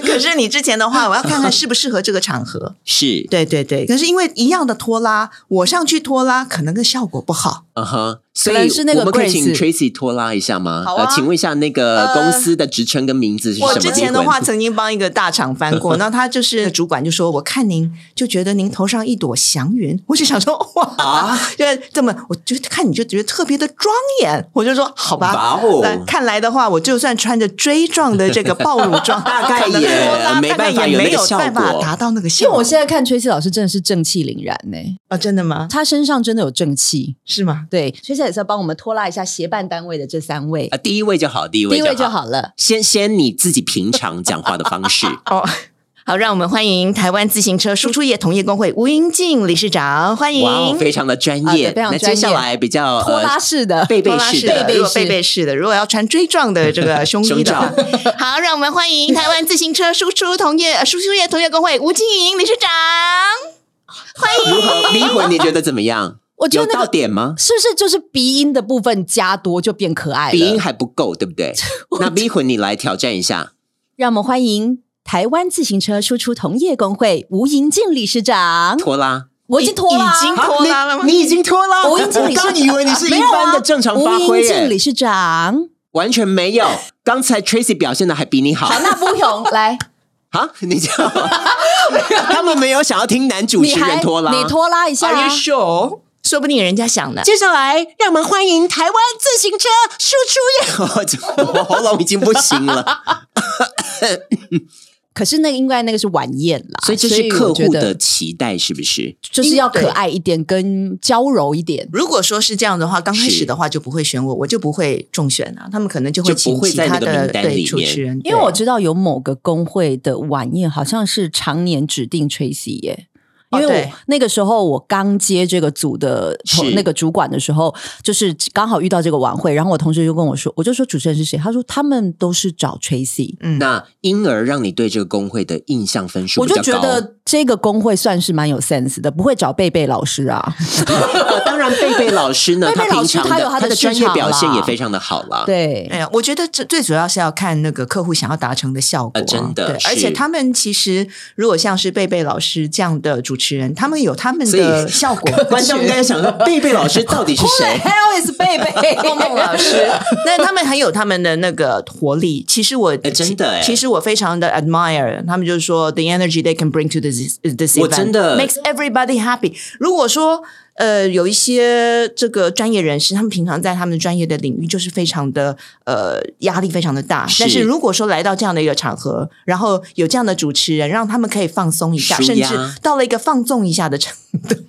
[SPEAKER 4] 可是你之前的话，我要看看适不适合这个场合。
[SPEAKER 2] 是，
[SPEAKER 4] 对对对， 可是因为一样的拖拉，我上去拖拉，可能个效果不好。
[SPEAKER 2] 嗯哼，所
[SPEAKER 3] 可
[SPEAKER 2] 以
[SPEAKER 3] 能是那个
[SPEAKER 2] 我们可以请
[SPEAKER 3] Grace
[SPEAKER 2] Tracy 拖拉一下吗？
[SPEAKER 4] 好啊
[SPEAKER 2] 呃，请问一下那个公司的职称跟名字是什么？
[SPEAKER 4] 我之前的
[SPEAKER 2] 离魂
[SPEAKER 4] 话，曾经帮一个大厂翻 过，那他就是主管就说：“我看您就觉得您头上一朵祥云。”我就想说：“哇，
[SPEAKER 2] 啊
[SPEAKER 4] 就是这么，我就看你就觉得特别的庄严。”我就说：“好吧，
[SPEAKER 2] 哇哦
[SPEAKER 4] 那看来的话，我就算穿着锥状的这个暴乳 装，
[SPEAKER 2] 大概也没
[SPEAKER 4] 哎没
[SPEAKER 2] 办法
[SPEAKER 4] 也
[SPEAKER 2] 有那个
[SPEAKER 4] 有
[SPEAKER 2] 效
[SPEAKER 4] 办法
[SPEAKER 2] 果
[SPEAKER 4] 达到那个效
[SPEAKER 3] 因
[SPEAKER 4] 果。”
[SPEAKER 3] 为我现在看 Tracy 老师真的是正气凛然呢、
[SPEAKER 4] 啊，真的吗？
[SPEAKER 3] 她身上真的有正气。
[SPEAKER 4] 是吗？
[SPEAKER 3] 对，Tracy 也是要帮我们拖拉一下协办单位的这三位，
[SPEAKER 2] 啊，第一位就好，第一
[SPEAKER 3] 第
[SPEAKER 2] 位
[SPEAKER 3] 一
[SPEAKER 2] 就
[SPEAKER 3] 位
[SPEAKER 2] 好。
[SPEAKER 3] 就好了。
[SPEAKER 2] 先先你自己平常讲话的 方式，
[SPEAKER 4] 哦， 好，让我们欢迎台湾自行车输出业同业工会吴英静理事长，欢迎。
[SPEAKER 2] 哇哦，非常的专
[SPEAKER 3] 啊
[SPEAKER 2] 业。
[SPEAKER 3] 对非常
[SPEAKER 2] 那
[SPEAKER 3] 专
[SPEAKER 2] 接下
[SPEAKER 3] 业
[SPEAKER 2] 来比较呃
[SPEAKER 3] 拖拉式的
[SPEAKER 2] 贝贝
[SPEAKER 4] 多拉
[SPEAKER 2] 式
[SPEAKER 4] 式
[SPEAKER 2] 的
[SPEAKER 4] 的，
[SPEAKER 3] 贝
[SPEAKER 4] 如果
[SPEAKER 3] 式
[SPEAKER 4] 贝贝式的，如果要穿锥状的 这个胸衣
[SPEAKER 2] 胸
[SPEAKER 4] 的
[SPEAKER 2] 罩
[SPEAKER 4] 话，
[SPEAKER 1] 好，让我们欢迎台湾自行车输出同业呃输出业同业工会吴静莹理事长。
[SPEAKER 2] 如何迷魂？你觉得怎么样？
[SPEAKER 3] 我觉得
[SPEAKER 2] 有
[SPEAKER 3] 那
[SPEAKER 2] 到
[SPEAKER 3] 个
[SPEAKER 2] 点吗？
[SPEAKER 3] 是不是就是鼻音的部分加多就变可爱了？
[SPEAKER 2] 鼻音还不够，对 不对？那迷魂，你来挑战一下。
[SPEAKER 3] 让我们欢迎台湾自行车输出同业工会吴银进理事长。
[SPEAKER 2] 拖拉，啊
[SPEAKER 3] 我已经 拖拉，
[SPEAKER 4] 已经拖拉了吗？
[SPEAKER 2] 你已经拖拉
[SPEAKER 3] 吴银进理事
[SPEAKER 2] 我
[SPEAKER 3] 长，
[SPEAKER 2] 刚以为你是一般的正常发
[SPEAKER 3] 没有啊吴
[SPEAKER 2] 挥
[SPEAKER 3] 银进理
[SPEAKER 2] 耶，
[SPEAKER 3] 事长，
[SPEAKER 2] 完全没 有。刚才 Tracy 表现的还比你好
[SPEAKER 3] 好，那不勇来，
[SPEAKER 2] 啊！你这样，他们 没有想要听男主
[SPEAKER 3] 你
[SPEAKER 2] 持
[SPEAKER 3] 还
[SPEAKER 2] 人拖拉，
[SPEAKER 3] 你拖拉一下
[SPEAKER 4] Are
[SPEAKER 3] 啊
[SPEAKER 4] you。sure？说不定人家想呢。
[SPEAKER 2] 接下来，让我们欢迎台湾自行车输出业。 我喉咙已经不行了，
[SPEAKER 3] 可是那个应该那个是晚宴啦，
[SPEAKER 2] 所以这是客
[SPEAKER 3] 我觉
[SPEAKER 2] 户的
[SPEAKER 3] 得
[SPEAKER 2] 期待，是不是？
[SPEAKER 3] 就是要可爱一点，跟娇柔一点。
[SPEAKER 4] 如果说是这样的话，刚
[SPEAKER 2] 是
[SPEAKER 4] 开始的话就不会选我，我就不会中选啊。他们可能就会
[SPEAKER 2] 就不
[SPEAKER 4] 请
[SPEAKER 2] 会
[SPEAKER 4] 其
[SPEAKER 2] 在那
[SPEAKER 4] 他
[SPEAKER 2] 个
[SPEAKER 4] 的
[SPEAKER 2] 名单里
[SPEAKER 4] 对
[SPEAKER 2] 面
[SPEAKER 4] 主持人，
[SPEAKER 3] 因为我
[SPEAKER 4] 对
[SPEAKER 3] 知道有某个工会的晚宴，好像是常年指定 Tracy 耶。因为
[SPEAKER 4] 哦
[SPEAKER 3] 我、
[SPEAKER 4] 对
[SPEAKER 3] 那个时候我刚接这个组的头
[SPEAKER 2] 是
[SPEAKER 3] 那个主管的时候，就是刚好遇到这个晚会，然后我同事就跟我说，我就说主持人是谁，他说他们都是找 Tracy，
[SPEAKER 4] 嗯
[SPEAKER 2] 那因而让你对这个工会的印象分数
[SPEAKER 3] 我
[SPEAKER 2] 比较
[SPEAKER 3] 就
[SPEAKER 2] 高，
[SPEAKER 3] 觉得这个工会算是蛮有 sense 的，不会找贝贝老师啊。
[SPEAKER 2] 当然贝 贝老师呢，
[SPEAKER 3] 贝贝
[SPEAKER 2] 他
[SPEAKER 3] 老
[SPEAKER 2] 平
[SPEAKER 3] 师
[SPEAKER 2] 常
[SPEAKER 3] 他有
[SPEAKER 2] 他
[SPEAKER 3] 他的
[SPEAKER 2] 专
[SPEAKER 3] 市
[SPEAKER 2] 业
[SPEAKER 3] 场
[SPEAKER 2] 表
[SPEAKER 3] 啦
[SPEAKER 2] 现也非常的好啦。，
[SPEAKER 3] 对，
[SPEAKER 4] 哎呀，我觉得这最主要是要看那个客户想要达成的效果，啊
[SPEAKER 2] 呃真的
[SPEAKER 4] 对，
[SPEAKER 2] 是
[SPEAKER 4] 而且他们其实如果像是贝贝老师这样的主持人，他们有他们
[SPEAKER 2] 所以
[SPEAKER 4] 的 效果。
[SPEAKER 2] 观众应该 想说贝贝老师到底是
[SPEAKER 3] Who
[SPEAKER 2] 谁啊
[SPEAKER 3] the？hell is 贝贝？梦梦老师，
[SPEAKER 4] 那他们很有他们的那个活力。其实我
[SPEAKER 2] 哎真的哎
[SPEAKER 4] 其实我非常的 admire 他们，就是说 the energy they can bring to this this event
[SPEAKER 2] 我真的
[SPEAKER 4] makes everybody happy。如果说呃有一些这个专业人士，他们平常在他们的专业的领域就是非常的呃压力非常的大，
[SPEAKER 2] 是
[SPEAKER 4] 但是如果说来到这样的一个场合，然后有这样的主持人，让他们可以放松一下，
[SPEAKER 2] 舒
[SPEAKER 4] 甚
[SPEAKER 2] 压
[SPEAKER 4] 至到了一个放纵一下的程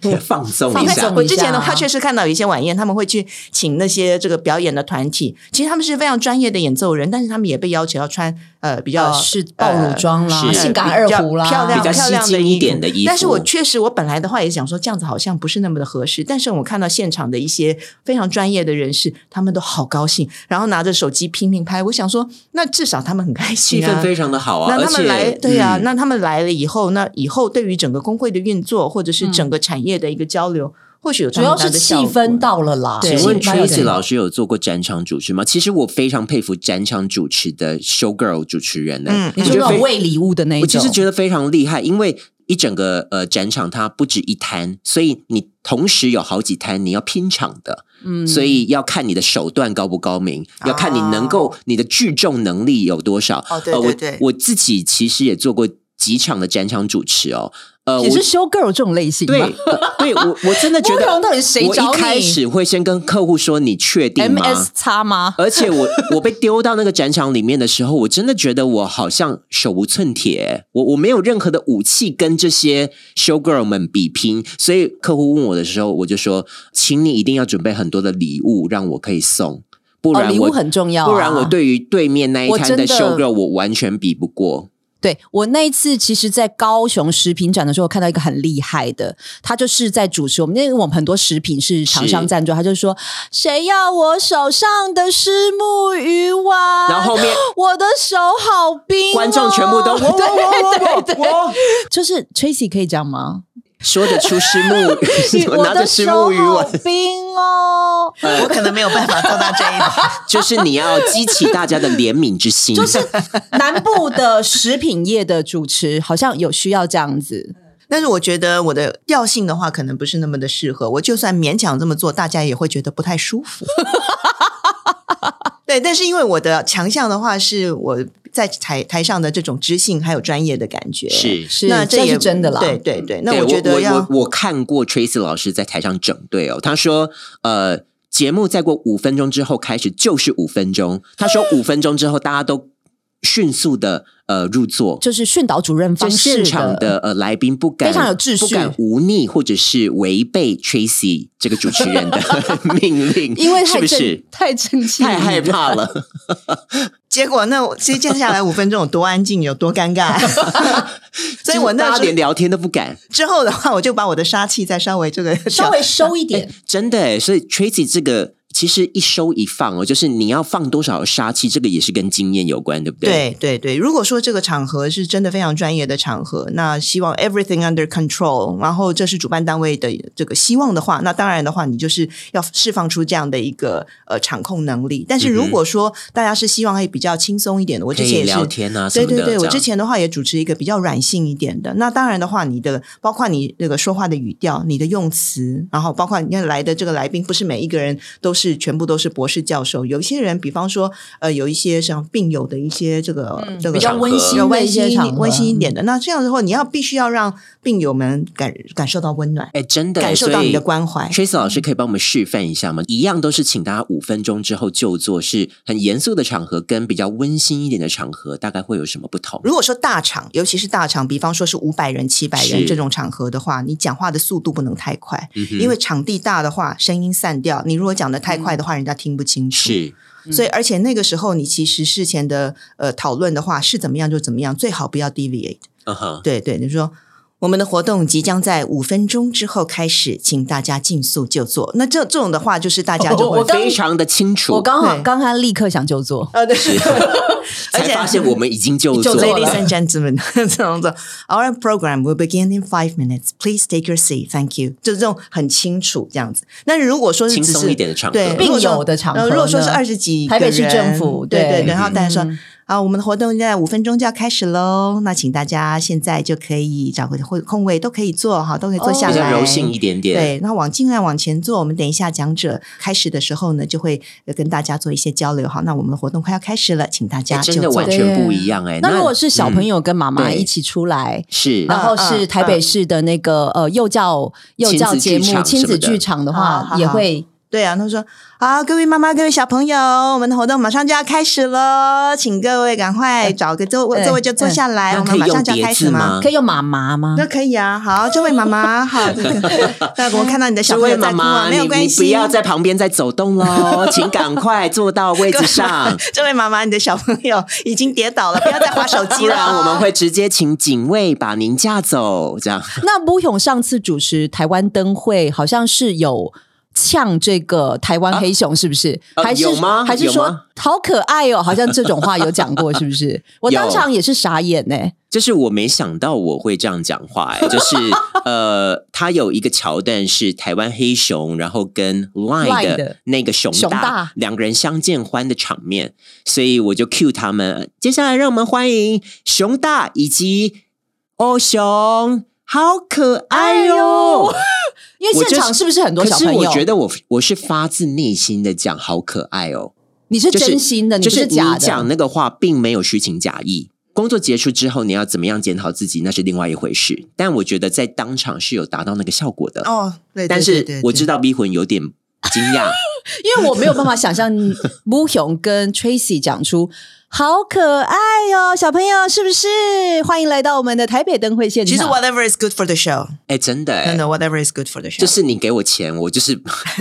[SPEAKER 4] 度，
[SPEAKER 2] 放松一
[SPEAKER 3] 放
[SPEAKER 2] 下
[SPEAKER 3] 松，
[SPEAKER 4] 我之前的
[SPEAKER 3] 一下
[SPEAKER 4] 话，确实看到有一些晚宴，他们会去请那些这个表演的团体，其实他们是非常专业的演奏人，但是他们也被要求要穿呃比较、
[SPEAKER 3] 呃 是暴乳装啦
[SPEAKER 2] 呃是
[SPEAKER 3] 性感二胡啦
[SPEAKER 4] 比较漂亮
[SPEAKER 2] 比较
[SPEAKER 4] 漂亮
[SPEAKER 2] 吸睛一点的衣服
[SPEAKER 4] 但是我确实，我本来的话也想说这样子好像不是那么的合适，但是我看到现场的一些非常专业的人士，他们都好高兴，然后拿着手机拼命拍，我想说那至少他们很 开
[SPEAKER 2] 气
[SPEAKER 4] 心啊，
[SPEAKER 2] 氛非常的好啊，
[SPEAKER 4] 那
[SPEAKER 2] 而
[SPEAKER 4] 他
[SPEAKER 2] 且
[SPEAKER 4] 们来，对呀、
[SPEAKER 2] 嗯
[SPEAKER 4] 那他们来了以后，那以后对于整个工会的运作，或者是整个产业的一个交流，或许有
[SPEAKER 3] 嗯主
[SPEAKER 4] 他
[SPEAKER 3] 要
[SPEAKER 4] 们
[SPEAKER 3] 是
[SPEAKER 4] 的
[SPEAKER 3] 气
[SPEAKER 4] 效果
[SPEAKER 3] 氛。到了啦。
[SPEAKER 4] 对
[SPEAKER 2] 请问
[SPEAKER 3] 蛮有
[SPEAKER 2] Tracy
[SPEAKER 3] 点
[SPEAKER 2] 老师有做过展场主持吗？其实我非常佩服展场主持的 show girl 主持人呢、
[SPEAKER 4] 嗯
[SPEAKER 3] 你
[SPEAKER 2] 我
[SPEAKER 3] 说
[SPEAKER 2] 觉
[SPEAKER 3] 那
[SPEAKER 2] 得非
[SPEAKER 3] 种喂礼物的那一
[SPEAKER 2] 我
[SPEAKER 3] 种，
[SPEAKER 2] 其实觉得非常厉害，因为一整个呃展场它不止一摊，所以你同时有好几摊，你要拼场的，
[SPEAKER 3] 嗯
[SPEAKER 2] 所以要看你的手段高不高明，
[SPEAKER 4] 啊
[SPEAKER 2] 要看你能够你的聚众能力有多少。
[SPEAKER 4] 哦对
[SPEAKER 2] 呃
[SPEAKER 4] 对对
[SPEAKER 2] 我我自己其实也做过几场的展场主持哦，呃，
[SPEAKER 3] 也
[SPEAKER 2] 我
[SPEAKER 3] 是 show girl 这种类型
[SPEAKER 2] 对
[SPEAKER 3] 吗？
[SPEAKER 2] 呃对我我真的觉
[SPEAKER 3] 不
[SPEAKER 2] 得
[SPEAKER 3] 同到底是谁
[SPEAKER 2] 我
[SPEAKER 3] 找
[SPEAKER 2] 一
[SPEAKER 3] 你
[SPEAKER 2] 开始会先跟客户说你确定吗？
[SPEAKER 3] ，MS 叉吗？
[SPEAKER 2] 而且我我被丢到那个展场里面的时候，我真的觉得我好像手无寸铁，我我没有任何的武器跟这些 show girl 们比拼。所以客户问我的时候，我就说，请你一定要准备很多的礼物让我可以送。不
[SPEAKER 3] 哦，
[SPEAKER 2] 然
[SPEAKER 3] 礼
[SPEAKER 2] 我、
[SPEAKER 3] 物很重要啊、
[SPEAKER 2] 不然我对于对面那一
[SPEAKER 3] 我
[SPEAKER 2] 摊
[SPEAKER 3] 真
[SPEAKER 2] 的
[SPEAKER 3] 的
[SPEAKER 2] show girl 我完全比不 过。
[SPEAKER 3] 对我那一次，其实，在高雄食品展的时候，看到一个很厉害的，他就是在主持我们，因为我们很多食品是厂商赞助，他就说：“谁要我手上的石目鱼丸？”
[SPEAKER 2] 然后后面
[SPEAKER 3] 我的手好冰、啊
[SPEAKER 2] 观众全部 都
[SPEAKER 3] 对对对对，
[SPEAKER 2] 我
[SPEAKER 3] 就是 Tracy 可以讲吗？
[SPEAKER 2] 说得出石
[SPEAKER 3] 我
[SPEAKER 2] 木，拿着
[SPEAKER 3] 的
[SPEAKER 2] 石
[SPEAKER 3] 手
[SPEAKER 2] 木鱼
[SPEAKER 3] 好
[SPEAKER 2] 丸，
[SPEAKER 3] 冰哦，
[SPEAKER 4] 我可能没有办法做到这一步。
[SPEAKER 2] 就是你要激起大家的怜悯之心。
[SPEAKER 3] 就是 南部的食品业的主持好像有需要这样子，
[SPEAKER 4] 但是我觉得我的调性的话，可能不是那么的适合。我就算勉强这么做，大家也会觉得不太舒服。 对，但是因为我的强项的话，是我在台台上的这种知性还有专业的感觉。，
[SPEAKER 2] 是。
[SPEAKER 3] 是
[SPEAKER 4] 那这
[SPEAKER 3] 这
[SPEAKER 4] 也
[SPEAKER 3] 是真的啦。
[SPEAKER 4] 对对对，那
[SPEAKER 2] 对
[SPEAKER 4] 我觉得要
[SPEAKER 2] 我我我看过 Tracy 老师在台上整队哦，他说呃。节目再过五分钟之后开始就是五分钟，他说五分钟之后大家都迅速的呃入座，
[SPEAKER 3] 就是训导主任
[SPEAKER 2] 就
[SPEAKER 3] 方式
[SPEAKER 2] 现场的呃来宾不
[SPEAKER 3] 非
[SPEAKER 2] 敢
[SPEAKER 3] 常有秩序
[SPEAKER 2] 不敢忤逆或者是违背 Tracy 这个主持人的 命令，
[SPEAKER 3] 因为太
[SPEAKER 2] 是不
[SPEAKER 3] 正
[SPEAKER 2] 是
[SPEAKER 3] 太正气，
[SPEAKER 2] 太害。怕了？
[SPEAKER 4] 结果那我其实接下来五分钟有多安静，有多尴 尬。 所以我
[SPEAKER 2] 就是大
[SPEAKER 4] 那
[SPEAKER 2] 家
[SPEAKER 4] 时
[SPEAKER 2] 连聊天都不敢，
[SPEAKER 4] 之后的话，我就把我的杀气再稍微这个
[SPEAKER 3] 稍微收一点，
[SPEAKER 2] 真的诶。所以 Tracy 这个其实一收一放哦，就是你要放多少杀气，这个也是跟经验有关，对不对？
[SPEAKER 4] 对对对，如果说这个场合是真的非常专业的场合，那希望 everything under control，然后这是主办单位的这个希望的话，那当然的话，你就是要释放出这样的一个呃场控能力。但是如果说大家是希望可以比较轻松一点的，我
[SPEAKER 2] 嗯可
[SPEAKER 4] 之前
[SPEAKER 2] 以
[SPEAKER 4] 也是
[SPEAKER 2] 聊。天啊什
[SPEAKER 4] 对
[SPEAKER 2] 么的。
[SPEAKER 4] 对对，
[SPEAKER 2] 这
[SPEAKER 4] 我
[SPEAKER 2] 样
[SPEAKER 4] 之前的话也主持一个比较软性一点的。那当然的话，你的包括你那个说话的语调、你的用词，然后包括你看来的这个来宾，不是每一个人都是全部都是博士教授。有一些人，比方说呃，有一些像病友的一些这个、这
[SPEAKER 3] 嗯
[SPEAKER 4] 个
[SPEAKER 3] 比较
[SPEAKER 2] 场合
[SPEAKER 3] 温馨
[SPEAKER 4] 有
[SPEAKER 3] 的
[SPEAKER 4] 温
[SPEAKER 3] 一些
[SPEAKER 4] 馨一
[SPEAKER 3] 场合
[SPEAKER 4] 温馨一点的。那这样的话，你要必须要让病友们感感受到温暖，
[SPEAKER 2] 哎，真的
[SPEAKER 4] 感受到你的关怀。
[SPEAKER 2] Tracy 老师可以帮我们示范一下吗？一样都是请大家五分钟之后就坐，是很严肃的场合跟比较温馨一点的场合，大概会有什么不同？
[SPEAKER 4] 如果说大场，尤其是大场，比方说是五百人、七百
[SPEAKER 2] 是嗯
[SPEAKER 4] 人这种场合的话，你讲话的速度不能太快，因为场地大的话，声音散掉。你如果讲的太快的话，人家听不清
[SPEAKER 2] 嗯
[SPEAKER 4] 楚。
[SPEAKER 2] 是
[SPEAKER 3] 嗯
[SPEAKER 4] 所以而且那个时候，你其实事前的呃讨论的话是怎么样就怎么样，最好不要 deviate。
[SPEAKER 2] 嗯哼，
[SPEAKER 4] 对对，你说我们的活动即将在五分钟之后开始，请大家尽速就坐。那这这种的话，就是大家啊就会、
[SPEAKER 3] 哦我刚
[SPEAKER 2] 非常的清楚。
[SPEAKER 3] 我刚好
[SPEAKER 4] 对
[SPEAKER 3] 刚刚立刻想就坐，
[SPEAKER 4] 呃对，而
[SPEAKER 2] 才
[SPEAKER 4] 且
[SPEAKER 2] 发现我们已经就座
[SPEAKER 3] 就坐
[SPEAKER 2] 了
[SPEAKER 4] Ladies and gentlemen，这 种的，Our program will begin in five minutes. Please take your seat. Thank you. 就是这种很清楚这样子。但是如果说是
[SPEAKER 2] 轻
[SPEAKER 4] 只
[SPEAKER 2] 松
[SPEAKER 4] 是
[SPEAKER 2] 一点的场合
[SPEAKER 4] 对，
[SPEAKER 3] 并
[SPEAKER 4] 如果说
[SPEAKER 3] 有的场合
[SPEAKER 4] 呃如果说是
[SPEAKER 3] 呢
[SPEAKER 4] 二十几
[SPEAKER 3] 台北
[SPEAKER 4] 个
[SPEAKER 3] 市
[SPEAKER 4] 人
[SPEAKER 3] 政府
[SPEAKER 4] 对
[SPEAKER 3] 对
[SPEAKER 4] 对，然后大家说
[SPEAKER 3] 嗯
[SPEAKER 4] 啊，我们的活动在五分钟就要开始喽，那请大家现在就可以找个空空位，都可以坐哈，都可以坐下
[SPEAKER 2] 哦比较
[SPEAKER 4] 来。
[SPEAKER 2] 柔性一点点。
[SPEAKER 4] 对，那往尽量往前坐。我们等一下讲者开始的时候呢，就会呃跟大家做一些交流。好，那我们的活动快要开始了，啊请大
[SPEAKER 2] 哎
[SPEAKER 4] 家就
[SPEAKER 2] 真的
[SPEAKER 4] 坐
[SPEAKER 2] 完全不一样哎、
[SPEAKER 3] 那如果是小朋
[SPEAKER 2] 友、
[SPEAKER 3] 友跟妈妈
[SPEAKER 2] 对嗯
[SPEAKER 3] 一起出来，
[SPEAKER 2] 是
[SPEAKER 3] 然后是台北市的那个呃幼教幼教节
[SPEAKER 2] 亲子剧
[SPEAKER 3] 目
[SPEAKER 2] 场
[SPEAKER 3] 亲
[SPEAKER 2] 什么
[SPEAKER 3] 子
[SPEAKER 2] 的
[SPEAKER 3] 剧场的
[SPEAKER 4] 啊好
[SPEAKER 3] 话，
[SPEAKER 4] 好
[SPEAKER 3] 也会
[SPEAKER 4] 对啊，他说：“好，各位妈妈、各位小朋友，我们的活动马上就要开始了，请各位赶快找个座
[SPEAKER 3] 嗯
[SPEAKER 4] 位，座位就坐下来，
[SPEAKER 2] 那
[SPEAKER 4] 我
[SPEAKER 2] 可
[SPEAKER 4] 们
[SPEAKER 2] 以
[SPEAKER 4] 马
[SPEAKER 2] 用
[SPEAKER 4] 上就要
[SPEAKER 2] 叠
[SPEAKER 4] 开
[SPEAKER 2] 字
[SPEAKER 4] 始吗？”
[SPEAKER 2] 吗
[SPEAKER 3] 可？以用妈妈吗？
[SPEAKER 4] 那可以啊，好，这位妈 妈，好， 这个那我看到你的小
[SPEAKER 2] 这
[SPEAKER 4] 朋
[SPEAKER 2] 位
[SPEAKER 4] 友
[SPEAKER 2] 妈
[SPEAKER 4] 在哭
[SPEAKER 2] 妈，
[SPEAKER 4] 啊，没有
[SPEAKER 2] 你
[SPEAKER 4] 关系，
[SPEAKER 2] 你不要在旁边再走动 喽，请赶快坐到位置上，
[SPEAKER 4] 这位妈妈，你的小朋友已经跌倒了，不要再划手机
[SPEAKER 2] 不
[SPEAKER 4] 了，
[SPEAKER 2] 然我们会直接请警卫把您架走。这样，
[SPEAKER 3] 那吴勇上次主持台湾灯会，好像是有呛这个台湾黑熊，是不是？
[SPEAKER 2] 呃
[SPEAKER 3] 还是
[SPEAKER 2] 有吗
[SPEAKER 3] 还是
[SPEAKER 2] 有
[SPEAKER 3] 说
[SPEAKER 2] 吗
[SPEAKER 3] 好可爱哦？好像这种话有讲过，是不 是？我
[SPEAKER 2] 有啊
[SPEAKER 3] 当场也是傻眼欸呢、
[SPEAKER 2] 就是我没想到我会这样讲话、哎，就是 呃，它有一个桥段是台湾黑熊，然后跟 Line
[SPEAKER 3] Line
[SPEAKER 2] 的
[SPEAKER 3] 的
[SPEAKER 2] 那个熊
[SPEAKER 3] 熊大
[SPEAKER 2] 两个人相见欢的场面，所以我就 cue 他们。呃接下来让我们欢迎熊大以及哦熊，好可爱哟、
[SPEAKER 3] 因为
[SPEAKER 2] 我就
[SPEAKER 3] 现场是不是哎很多小朋
[SPEAKER 2] 可
[SPEAKER 3] 友？
[SPEAKER 2] 是我觉得我我是发自内心的讲好可爱哦，
[SPEAKER 3] 你是
[SPEAKER 2] 就是
[SPEAKER 3] 真心的，
[SPEAKER 2] 就
[SPEAKER 3] 你
[SPEAKER 2] 是
[SPEAKER 3] 不是假
[SPEAKER 2] 你讲
[SPEAKER 3] 的。
[SPEAKER 2] 那个话并没有虚情假意。工作结束之后，你要怎么样检讨自己，那是另外一回事。但我觉得在当场是有达到那个效果的。
[SPEAKER 4] 哦，对，对
[SPEAKER 2] 但
[SPEAKER 4] 对
[SPEAKER 2] 是
[SPEAKER 4] 对
[SPEAKER 2] 我
[SPEAKER 4] 对
[SPEAKER 2] 知道逼魂有点惊讶，
[SPEAKER 3] 因为我没有办法想象 m u h o n 跟 Tracy 讲出“好可爱哦，小朋友是不是？”欢迎来到我们的台北灯会现场。
[SPEAKER 4] 其实 whatever is good for the show，
[SPEAKER 2] 哎，真的
[SPEAKER 4] 真
[SPEAKER 2] 哎
[SPEAKER 4] 的。whatever is good for the show，
[SPEAKER 2] 就是你给我钱，我就是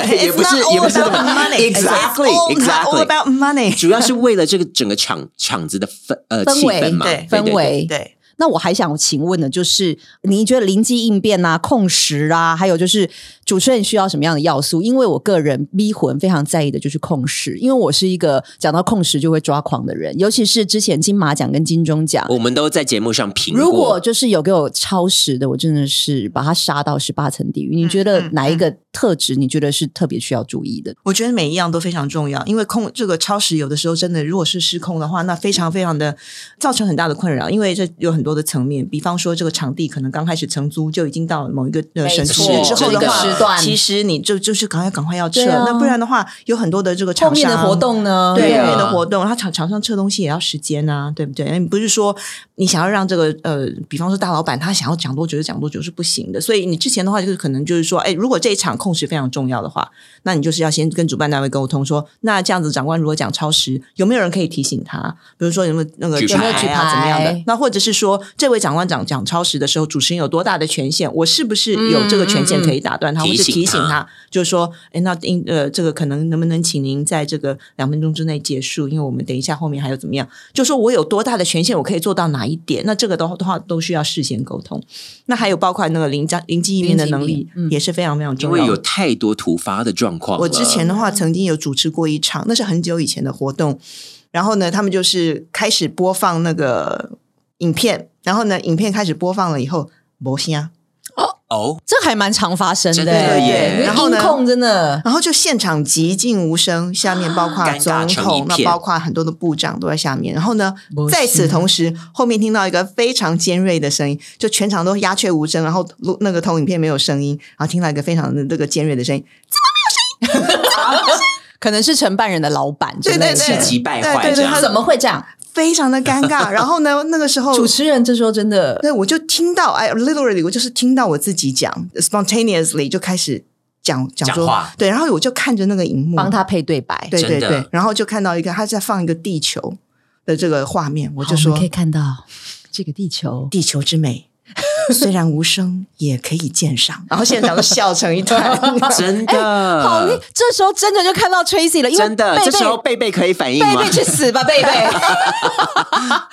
[SPEAKER 2] 也
[SPEAKER 4] It's
[SPEAKER 2] 不
[SPEAKER 4] not
[SPEAKER 2] 是
[SPEAKER 4] all
[SPEAKER 2] 也不是
[SPEAKER 4] about money. It's not
[SPEAKER 2] exactly
[SPEAKER 4] all- it's not
[SPEAKER 2] exactly
[SPEAKER 4] all about money.
[SPEAKER 2] 主要是为了这个整个场场子的氛呃
[SPEAKER 3] 氛
[SPEAKER 2] 气
[SPEAKER 3] 围
[SPEAKER 2] 氛嘛，
[SPEAKER 4] 对
[SPEAKER 2] 对
[SPEAKER 3] 氛围
[SPEAKER 4] 对，
[SPEAKER 3] 那我还想请问的，就是你觉得灵机应变啊、控时啊，还有就是主持人需要什么样的要素？因为我个人逼魂非常在意的就是控时，因为我是一个讲到控时就会抓狂的人，尤其是之前金马奖跟金钟奖。
[SPEAKER 2] 我们都在节目上评
[SPEAKER 3] 如果
[SPEAKER 2] 过。
[SPEAKER 3] 就是有给我超时的，我真的是把他杀到十八层地狱。你觉得
[SPEAKER 4] 嗯
[SPEAKER 3] 哪一个特质你觉得是特别需要注意的？
[SPEAKER 4] 我觉得每一样都非常重要，因为控这个超时有的时候真的，如果是失控的话，那非常非常的造成很大的困扰，因为这有很多的层面，比方说这个场地可能刚开始承租就已经到某一个呃
[SPEAKER 3] 没
[SPEAKER 4] 省市
[SPEAKER 2] 错
[SPEAKER 4] 之后
[SPEAKER 2] 这
[SPEAKER 4] 的
[SPEAKER 2] 个
[SPEAKER 4] 话，
[SPEAKER 2] 时
[SPEAKER 3] 段
[SPEAKER 4] 其实你就就是赶快赶快要撤，
[SPEAKER 3] 对啊
[SPEAKER 4] 那不然的话，有很多的这个
[SPEAKER 3] 后
[SPEAKER 4] 厂
[SPEAKER 3] 面
[SPEAKER 4] 商
[SPEAKER 3] 的活。动呢？
[SPEAKER 4] 对
[SPEAKER 2] 对啊
[SPEAKER 4] 后面的活动，他厂厂商撤东西也要时间啊，对不对？那你不是说你想要让这个呃，比方说大老板他想要讲多久就讲多久是不行的，所以你之前的话就是可能就是说，哎，如果这一场控时非常重要的话，那你就是要先跟主办单位沟通说，那这样子长官如果讲超时，有没有人可以提醒他？比如说有没有那个
[SPEAKER 2] 举
[SPEAKER 4] 有没有
[SPEAKER 2] 牌
[SPEAKER 4] 举牌啊怎么样
[SPEAKER 3] 举牌
[SPEAKER 4] 的？那或者是说，这位长官讲讲超时的时候，主持人有多大的权限？我是不是有这个权限可以打断他，
[SPEAKER 2] 嗯嗯嗯
[SPEAKER 4] 或
[SPEAKER 2] 提
[SPEAKER 4] 是提
[SPEAKER 2] 醒
[SPEAKER 4] 醒
[SPEAKER 2] 他
[SPEAKER 4] 他？就是说，哎，那应呃，这个可能能不能请您在这个两分钟之内结束？因为我们等一下后面还有怎么样？就说我有多大的权限，我可以做到哪一点？那这个的话的话都需要事先沟通。那还有包括那个临家临机应变的能
[SPEAKER 3] 临机
[SPEAKER 4] 力
[SPEAKER 3] 应变嗯
[SPEAKER 4] 也是非常非常
[SPEAKER 2] 因
[SPEAKER 4] 重要
[SPEAKER 2] 为
[SPEAKER 4] 的。
[SPEAKER 2] 有呃太多突发的状况了，
[SPEAKER 4] 我之前的话，曾经有主持过一场，那是很久以前的活动。然后呢，他们就是开始播放那个影片，然后呢，影片开始播放了以后，啊魔虾，
[SPEAKER 2] 哦，
[SPEAKER 3] 这还蛮常发生的、
[SPEAKER 2] 真的
[SPEAKER 3] 欸
[SPEAKER 2] 耶
[SPEAKER 3] 因为
[SPEAKER 4] 然后
[SPEAKER 3] 音
[SPEAKER 4] 呢
[SPEAKER 3] 控真的
[SPEAKER 4] 然后就现场寂静无声，下面包括
[SPEAKER 2] 啊尴尬
[SPEAKER 4] 总
[SPEAKER 2] 成一
[SPEAKER 4] 统，那
[SPEAKER 2] 片
[SPEAKER 4] 包括很多的部长都在下面。然后呢
[SPEAKER 3] 魔，虾
[SPEAKER 4] 在此同时，后面听到一个非常尖锐的声音，就全场都鸦雀无声，然后录那个投影片没有声音，然后听到一个非常的这个尖锐的声音，
[SPEAKER 3] 可能是承办人的老板之类的，
[SPEAKER 4] 对对对
[SPEAKER 2] 气急败坏
[SPEAKER 4] 对
[SPEAKER 2] 这
[SPEAKER 4] 对对
[SPEAKER 2] 样
[SPEAKER 4] 他
[SPEAKER 3] 怎么会这样？
[SPEAKER 4] 非常的尴尬。然后呢，那个时候
[SPEAKER 3] 主持人这时候真的
[SPEAKER 4] 对，我就听到，I literally，我就是听到我自己讲，spontaneously 就开始讲讲
[SPEAKER 2] 讲
[SPEAKER 4] 说
[SPEAKER 2] 话
[SPEAKER 4] 对，然后我就看着那个荧幕，
[SPEAKER 3] 帮他配对白，
[SPEAKER 4] 对
[SPEAKER 2] 真
[SPEAKER 4] 对
[SPEAKER 2] 的
[SPEAKER 4] 对，然后就看到一个他在放一个地球的这个画面，我
[SPEAKER 3] 我
[SPEAKER 4] 就
[SPEAKER 3] 就
[SPEAKER 4] 说
[SPEAKER 3] 说可以看到这个地球。
[SPEAKER 4] 地球之 美。虽然无声，也可以鉴赏。然后现场都笑成一团，
[SPEAKER 2] 真
[SPEAKER 3] 好
[SPEAKER 2] 的，，
[SPEAKER 3] 哦这时候真的就看到 Tracy 了，因为
[SPEAKER 2] 呃真的，
[SPEAKER 3] 贝
[SPEAKER 2] 这
[SPEAKER 3] 贝
[SPEAKER 2] 时候贝贝可以反应
[SPEAKER 3] 贝
[SPEAKER 2] 吗？
[SPEAKER 3] 贝去死吧，贝 贝，
[SPEAKER 2] 啊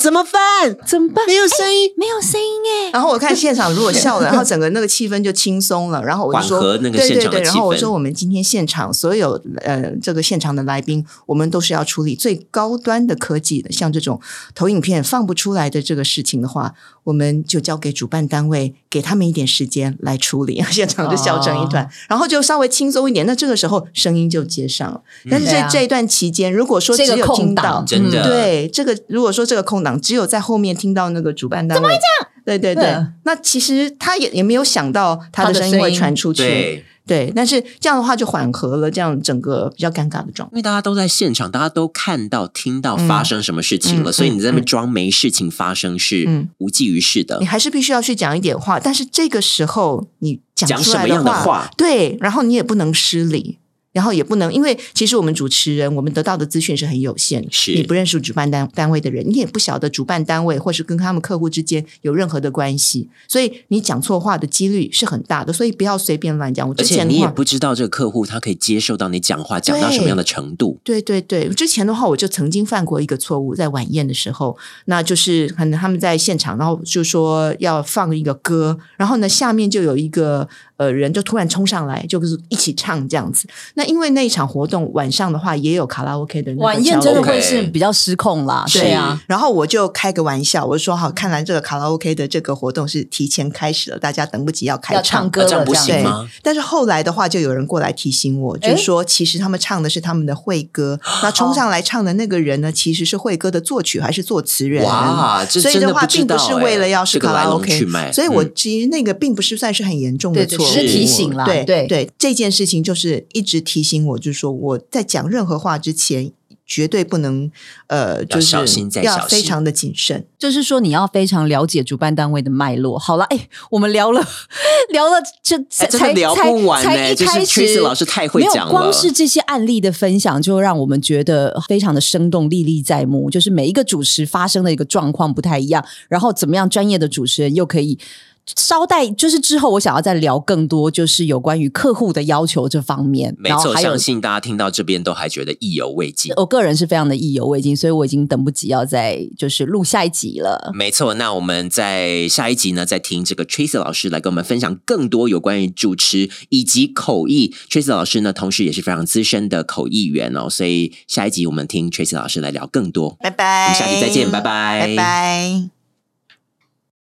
[SPEAKER 2] 怎么办？
[SPEAKER 3] 怎么办？
[SPEAKER 2] 没有声音，
[SPEAKER 3] 没有声音哎，
[SPEAKER 4] 然后我看现场如果笑了，然后整个那个气氛就轻松了。然后我就
[SPEAKER 2] 缓
[SPEAKER 4] 说
[SPEAKER 2] 和，那个
[SPEAKER 4] 对
[SPEAKER 2] 现
[SPEAKER 4] 对
[SPEAKER 2] 场的
[SPEAKER 4] 对，然
[SPEAKER 2] 气
[SPEAKER 4] 后我
[SPEAKER 2] 氛
[SPEAKER 4] 说我们今天现场所有呃这个现场的来宾，我们都是要处理最高端的科技的，像这种投影片放不出来的这个事情的话，我们就交给主办单位，给他们一点时间来处理。 现场就笑成一
[SPEAKER 3] 哦
[SPEAKER 4] 团，然后就稍微轻松一点。那这个时候声音就接上了。但是
[SPEAKER 3] 对
[SPEAKER 4] 这、
[SPEAKER 3] 啊
[SPEAKER 4] 这一段期间，如果说只
[SPEAKER 3] 这个
[SPEAKER 4] 有
[SPEAKER 3] 空
[SPEAKER 4] 听
[SPEAKER 3] 档嗯
[SPEAKER 4] 到，
[SPEAKER 2] 真的嗯
[SPEAKER 4] 对，这个如果说这个空档只有在后面听到那个主办单位怎么会这样？对对对，
[SPEAKER 3] 嗯
[SPEAKER 4] 那其实他也也没有想到
[SPEAKER 3] 他
[SPEAKER 4] 他的
[SPEAKER 3] 的
[SPEAKER 4] 声音
[SPEAKER 3] 声
[SPEAKER 4] 会
[SPEAKER 3] 音
[SPEAKER 4] 传出去，
[SPEAKER 2] 对，
[SPEAKER 4] 对但是这样的话就缓和了这样整个比较尴尬的状态。
[SPEAKER 2] 因为大家都在现场，大家都看到、听到发生什么事情了，
[SPEAKER 4] 嗯
[SPEAKER 2] 所以你在那边装没事情发生是
[SPEAKER 4] 嗯
[SPEAKER 2] 无济于事的
[SPEAKER 4] 你。还是必须要去讲一点话，但是这个时候你讲
[SPEAKER 2] 讲
[SPEAKER 4] 出
[SPEAKER 2] 什
[SPEAKER 4] 来
[SPEAKER 2] 么样的
[SPEAKER 4] 话，
[SPEAKER 2] 话？
[SPEAKER 4] 对，然后你也不能失礼。然后也不能，因为其实我们主持人，我们得到的资讯是很有限，
[SPEAKER 2] 是
[SPEAKER 4] 你不认识主办单单位的人，你也不晓得主办单位或是跟他们客户之间有任何的关系，所以你讲错话的几率是很大的，所以不要随便乱讲。我
[SPEAKER 2] 而
[SPEAKER 4] 之
[SPEAKER 2] 且
[SPEAKER 4] 前的
[SPEAKER 2] 你也
[SPEAKER 4] 话，
[SPEAKER 2] 不知道这个客户他可以接受到你讲话讲到什么样的程度，
[SPEAKER 4] 对对对，之前的话我就曾经犯过一个错误，在晚宴的时候，那就是可能他们在现场，然后就说要放一个歌，然后呢下面就有一个呃人就突然冲上来，就是一起唱这样子。那因为那一场活动晚上的话也有卡拉 OK 的那个
[SPEAKER 3] 晚宴
[SPEAKER 4] 角
[SPEAKER 3] 真
[SPEAKER 4] 落
[SPEAKER 3] 的
[SPEAKER 2] OK
[SPEAKER 3] 会是比较失控啦，
[SPEAKER 2] 是
[SPEAKER 3] 对啊，
[SPEAKER 4] 然后我就开个玩笑，我就说好，看来这个卡拉 OK 的这个活动是提前开始了，大家等不及要开
[SPEAKER 3] 要
[SPEAKER 4] 唱
[SPEAKER 3] 唱歌了
[SPEAKER 2] 那啊这样不
[SPEAKER 3] 这样
[SPEAKER 2] 行吗？
[SPEAKER 4] 但是后来的话，就有人过来提醒我，就是说，其实他们唱的是他们的会 歌，那冲上来唱的那个人呢，其实是会歌的作曲还是作词人。
[SPEAKER 2] 哇，这
[SPEAKER 4] 所以
[SPEAKER 2] 真
[SPEAKER 4] 的
[SPEAKER 2] 不
[SPEAKER 4] 话，
[SPEAKER 2] 知
[SPEAKER 4] 并
[SPEAKER 2] 道
[SPEAKER 4] 不
[SPEAKER 2] 哎、
[SPEAKER 4] 是为了要
[SPEAKER 2] 这
[SPEAKER 4] 是
[SPEAKER 2] 个
[SPEAKER 4] 卡
[SPEAKER 2] 来
[SPEAKER 4] 拉
[SPEAKER 2] 龙去
[SPEAKER 4] OK，
[SPEAKER 2] 脉，
[SPEAKER 4] 所以我
[SPEAKER 2] 嗯
[SPEAKER 4] 其实那个并不是算是很严重
[SPEAKER 3] 对对，
[SPEAKER 4] 的错
[SPEAKER 3] 只
[SPEAKER 4] 误，
[SPEAKER 3] 是提醒啦，
[SPEAKER 4] 对
[SPEAKER 3] 对
[SPEAKER 4] 对，这件事情就是一直提醒我，就是说我在讲任何话之前。绝对不能呃，就是
[SPEAKER 2] 小心再
[SPEAKER 4] 要
[SPEAKER 2] 小
[SPEAKER 4] 非
[SPEAKER 2] 心
[SPEAKER 4] 常的谨慎。
[SPEAKER 3] 就是说你要非常了解主办单位的脉络。好了，哎，我们聊了 聊了这才
[SPEAKER 2] 哎真的
[SPEAKER 3] 才
[SPEAKER 2] 聊不完
[SPEAKER 3] 才
[SPEAKER 2] 呢
[SPEAKER 3] 一
[SPEAKER 2] 就是
[SPEAKER 3] 开始
[SPEAKER 2] Tracy 老师太会
[SPEAKER 3] 没有
[SPEAKER 2] 讲了
[SPEAKER 3] 光是这些案例的分享，就让我们觉得非常的生动、历历在目。就是每一个主持发生的一个状况不太一样，然后怎么样专业的主持人又可以。稍待，就是之后我想要再聊更多，就是有关于客户的要求这方面，
[SPEAKER 2] 没
[SPEAKER 3] 然后
[SPEAKER 2] 错，
[SPEAKER 3] 还有哦
[SPEAKER 2] 相信大家听到这边都还觉得意犹未尽。
[SPEAKER 3] 我个人是非常的意犹未尽，所以我已经等不及要再就是录下一集 了。
[SPEAKER 2] 没错，那我们在下一集呢，再听这个 Tracy 老师来跟我们分享更多有关于主持以及口译。Tracy 老师呢，同时也是非常资深的口译员哦，所以下一集我们听 Tracy 老师来聊更多。
[SPEAKER 4] 拜
[SPEAKER 2] 我
[SPEAKER 4] 拜，
[SPEAKER 2] 哎们下期再见，拜
[SPEAKER 4] 拜拜。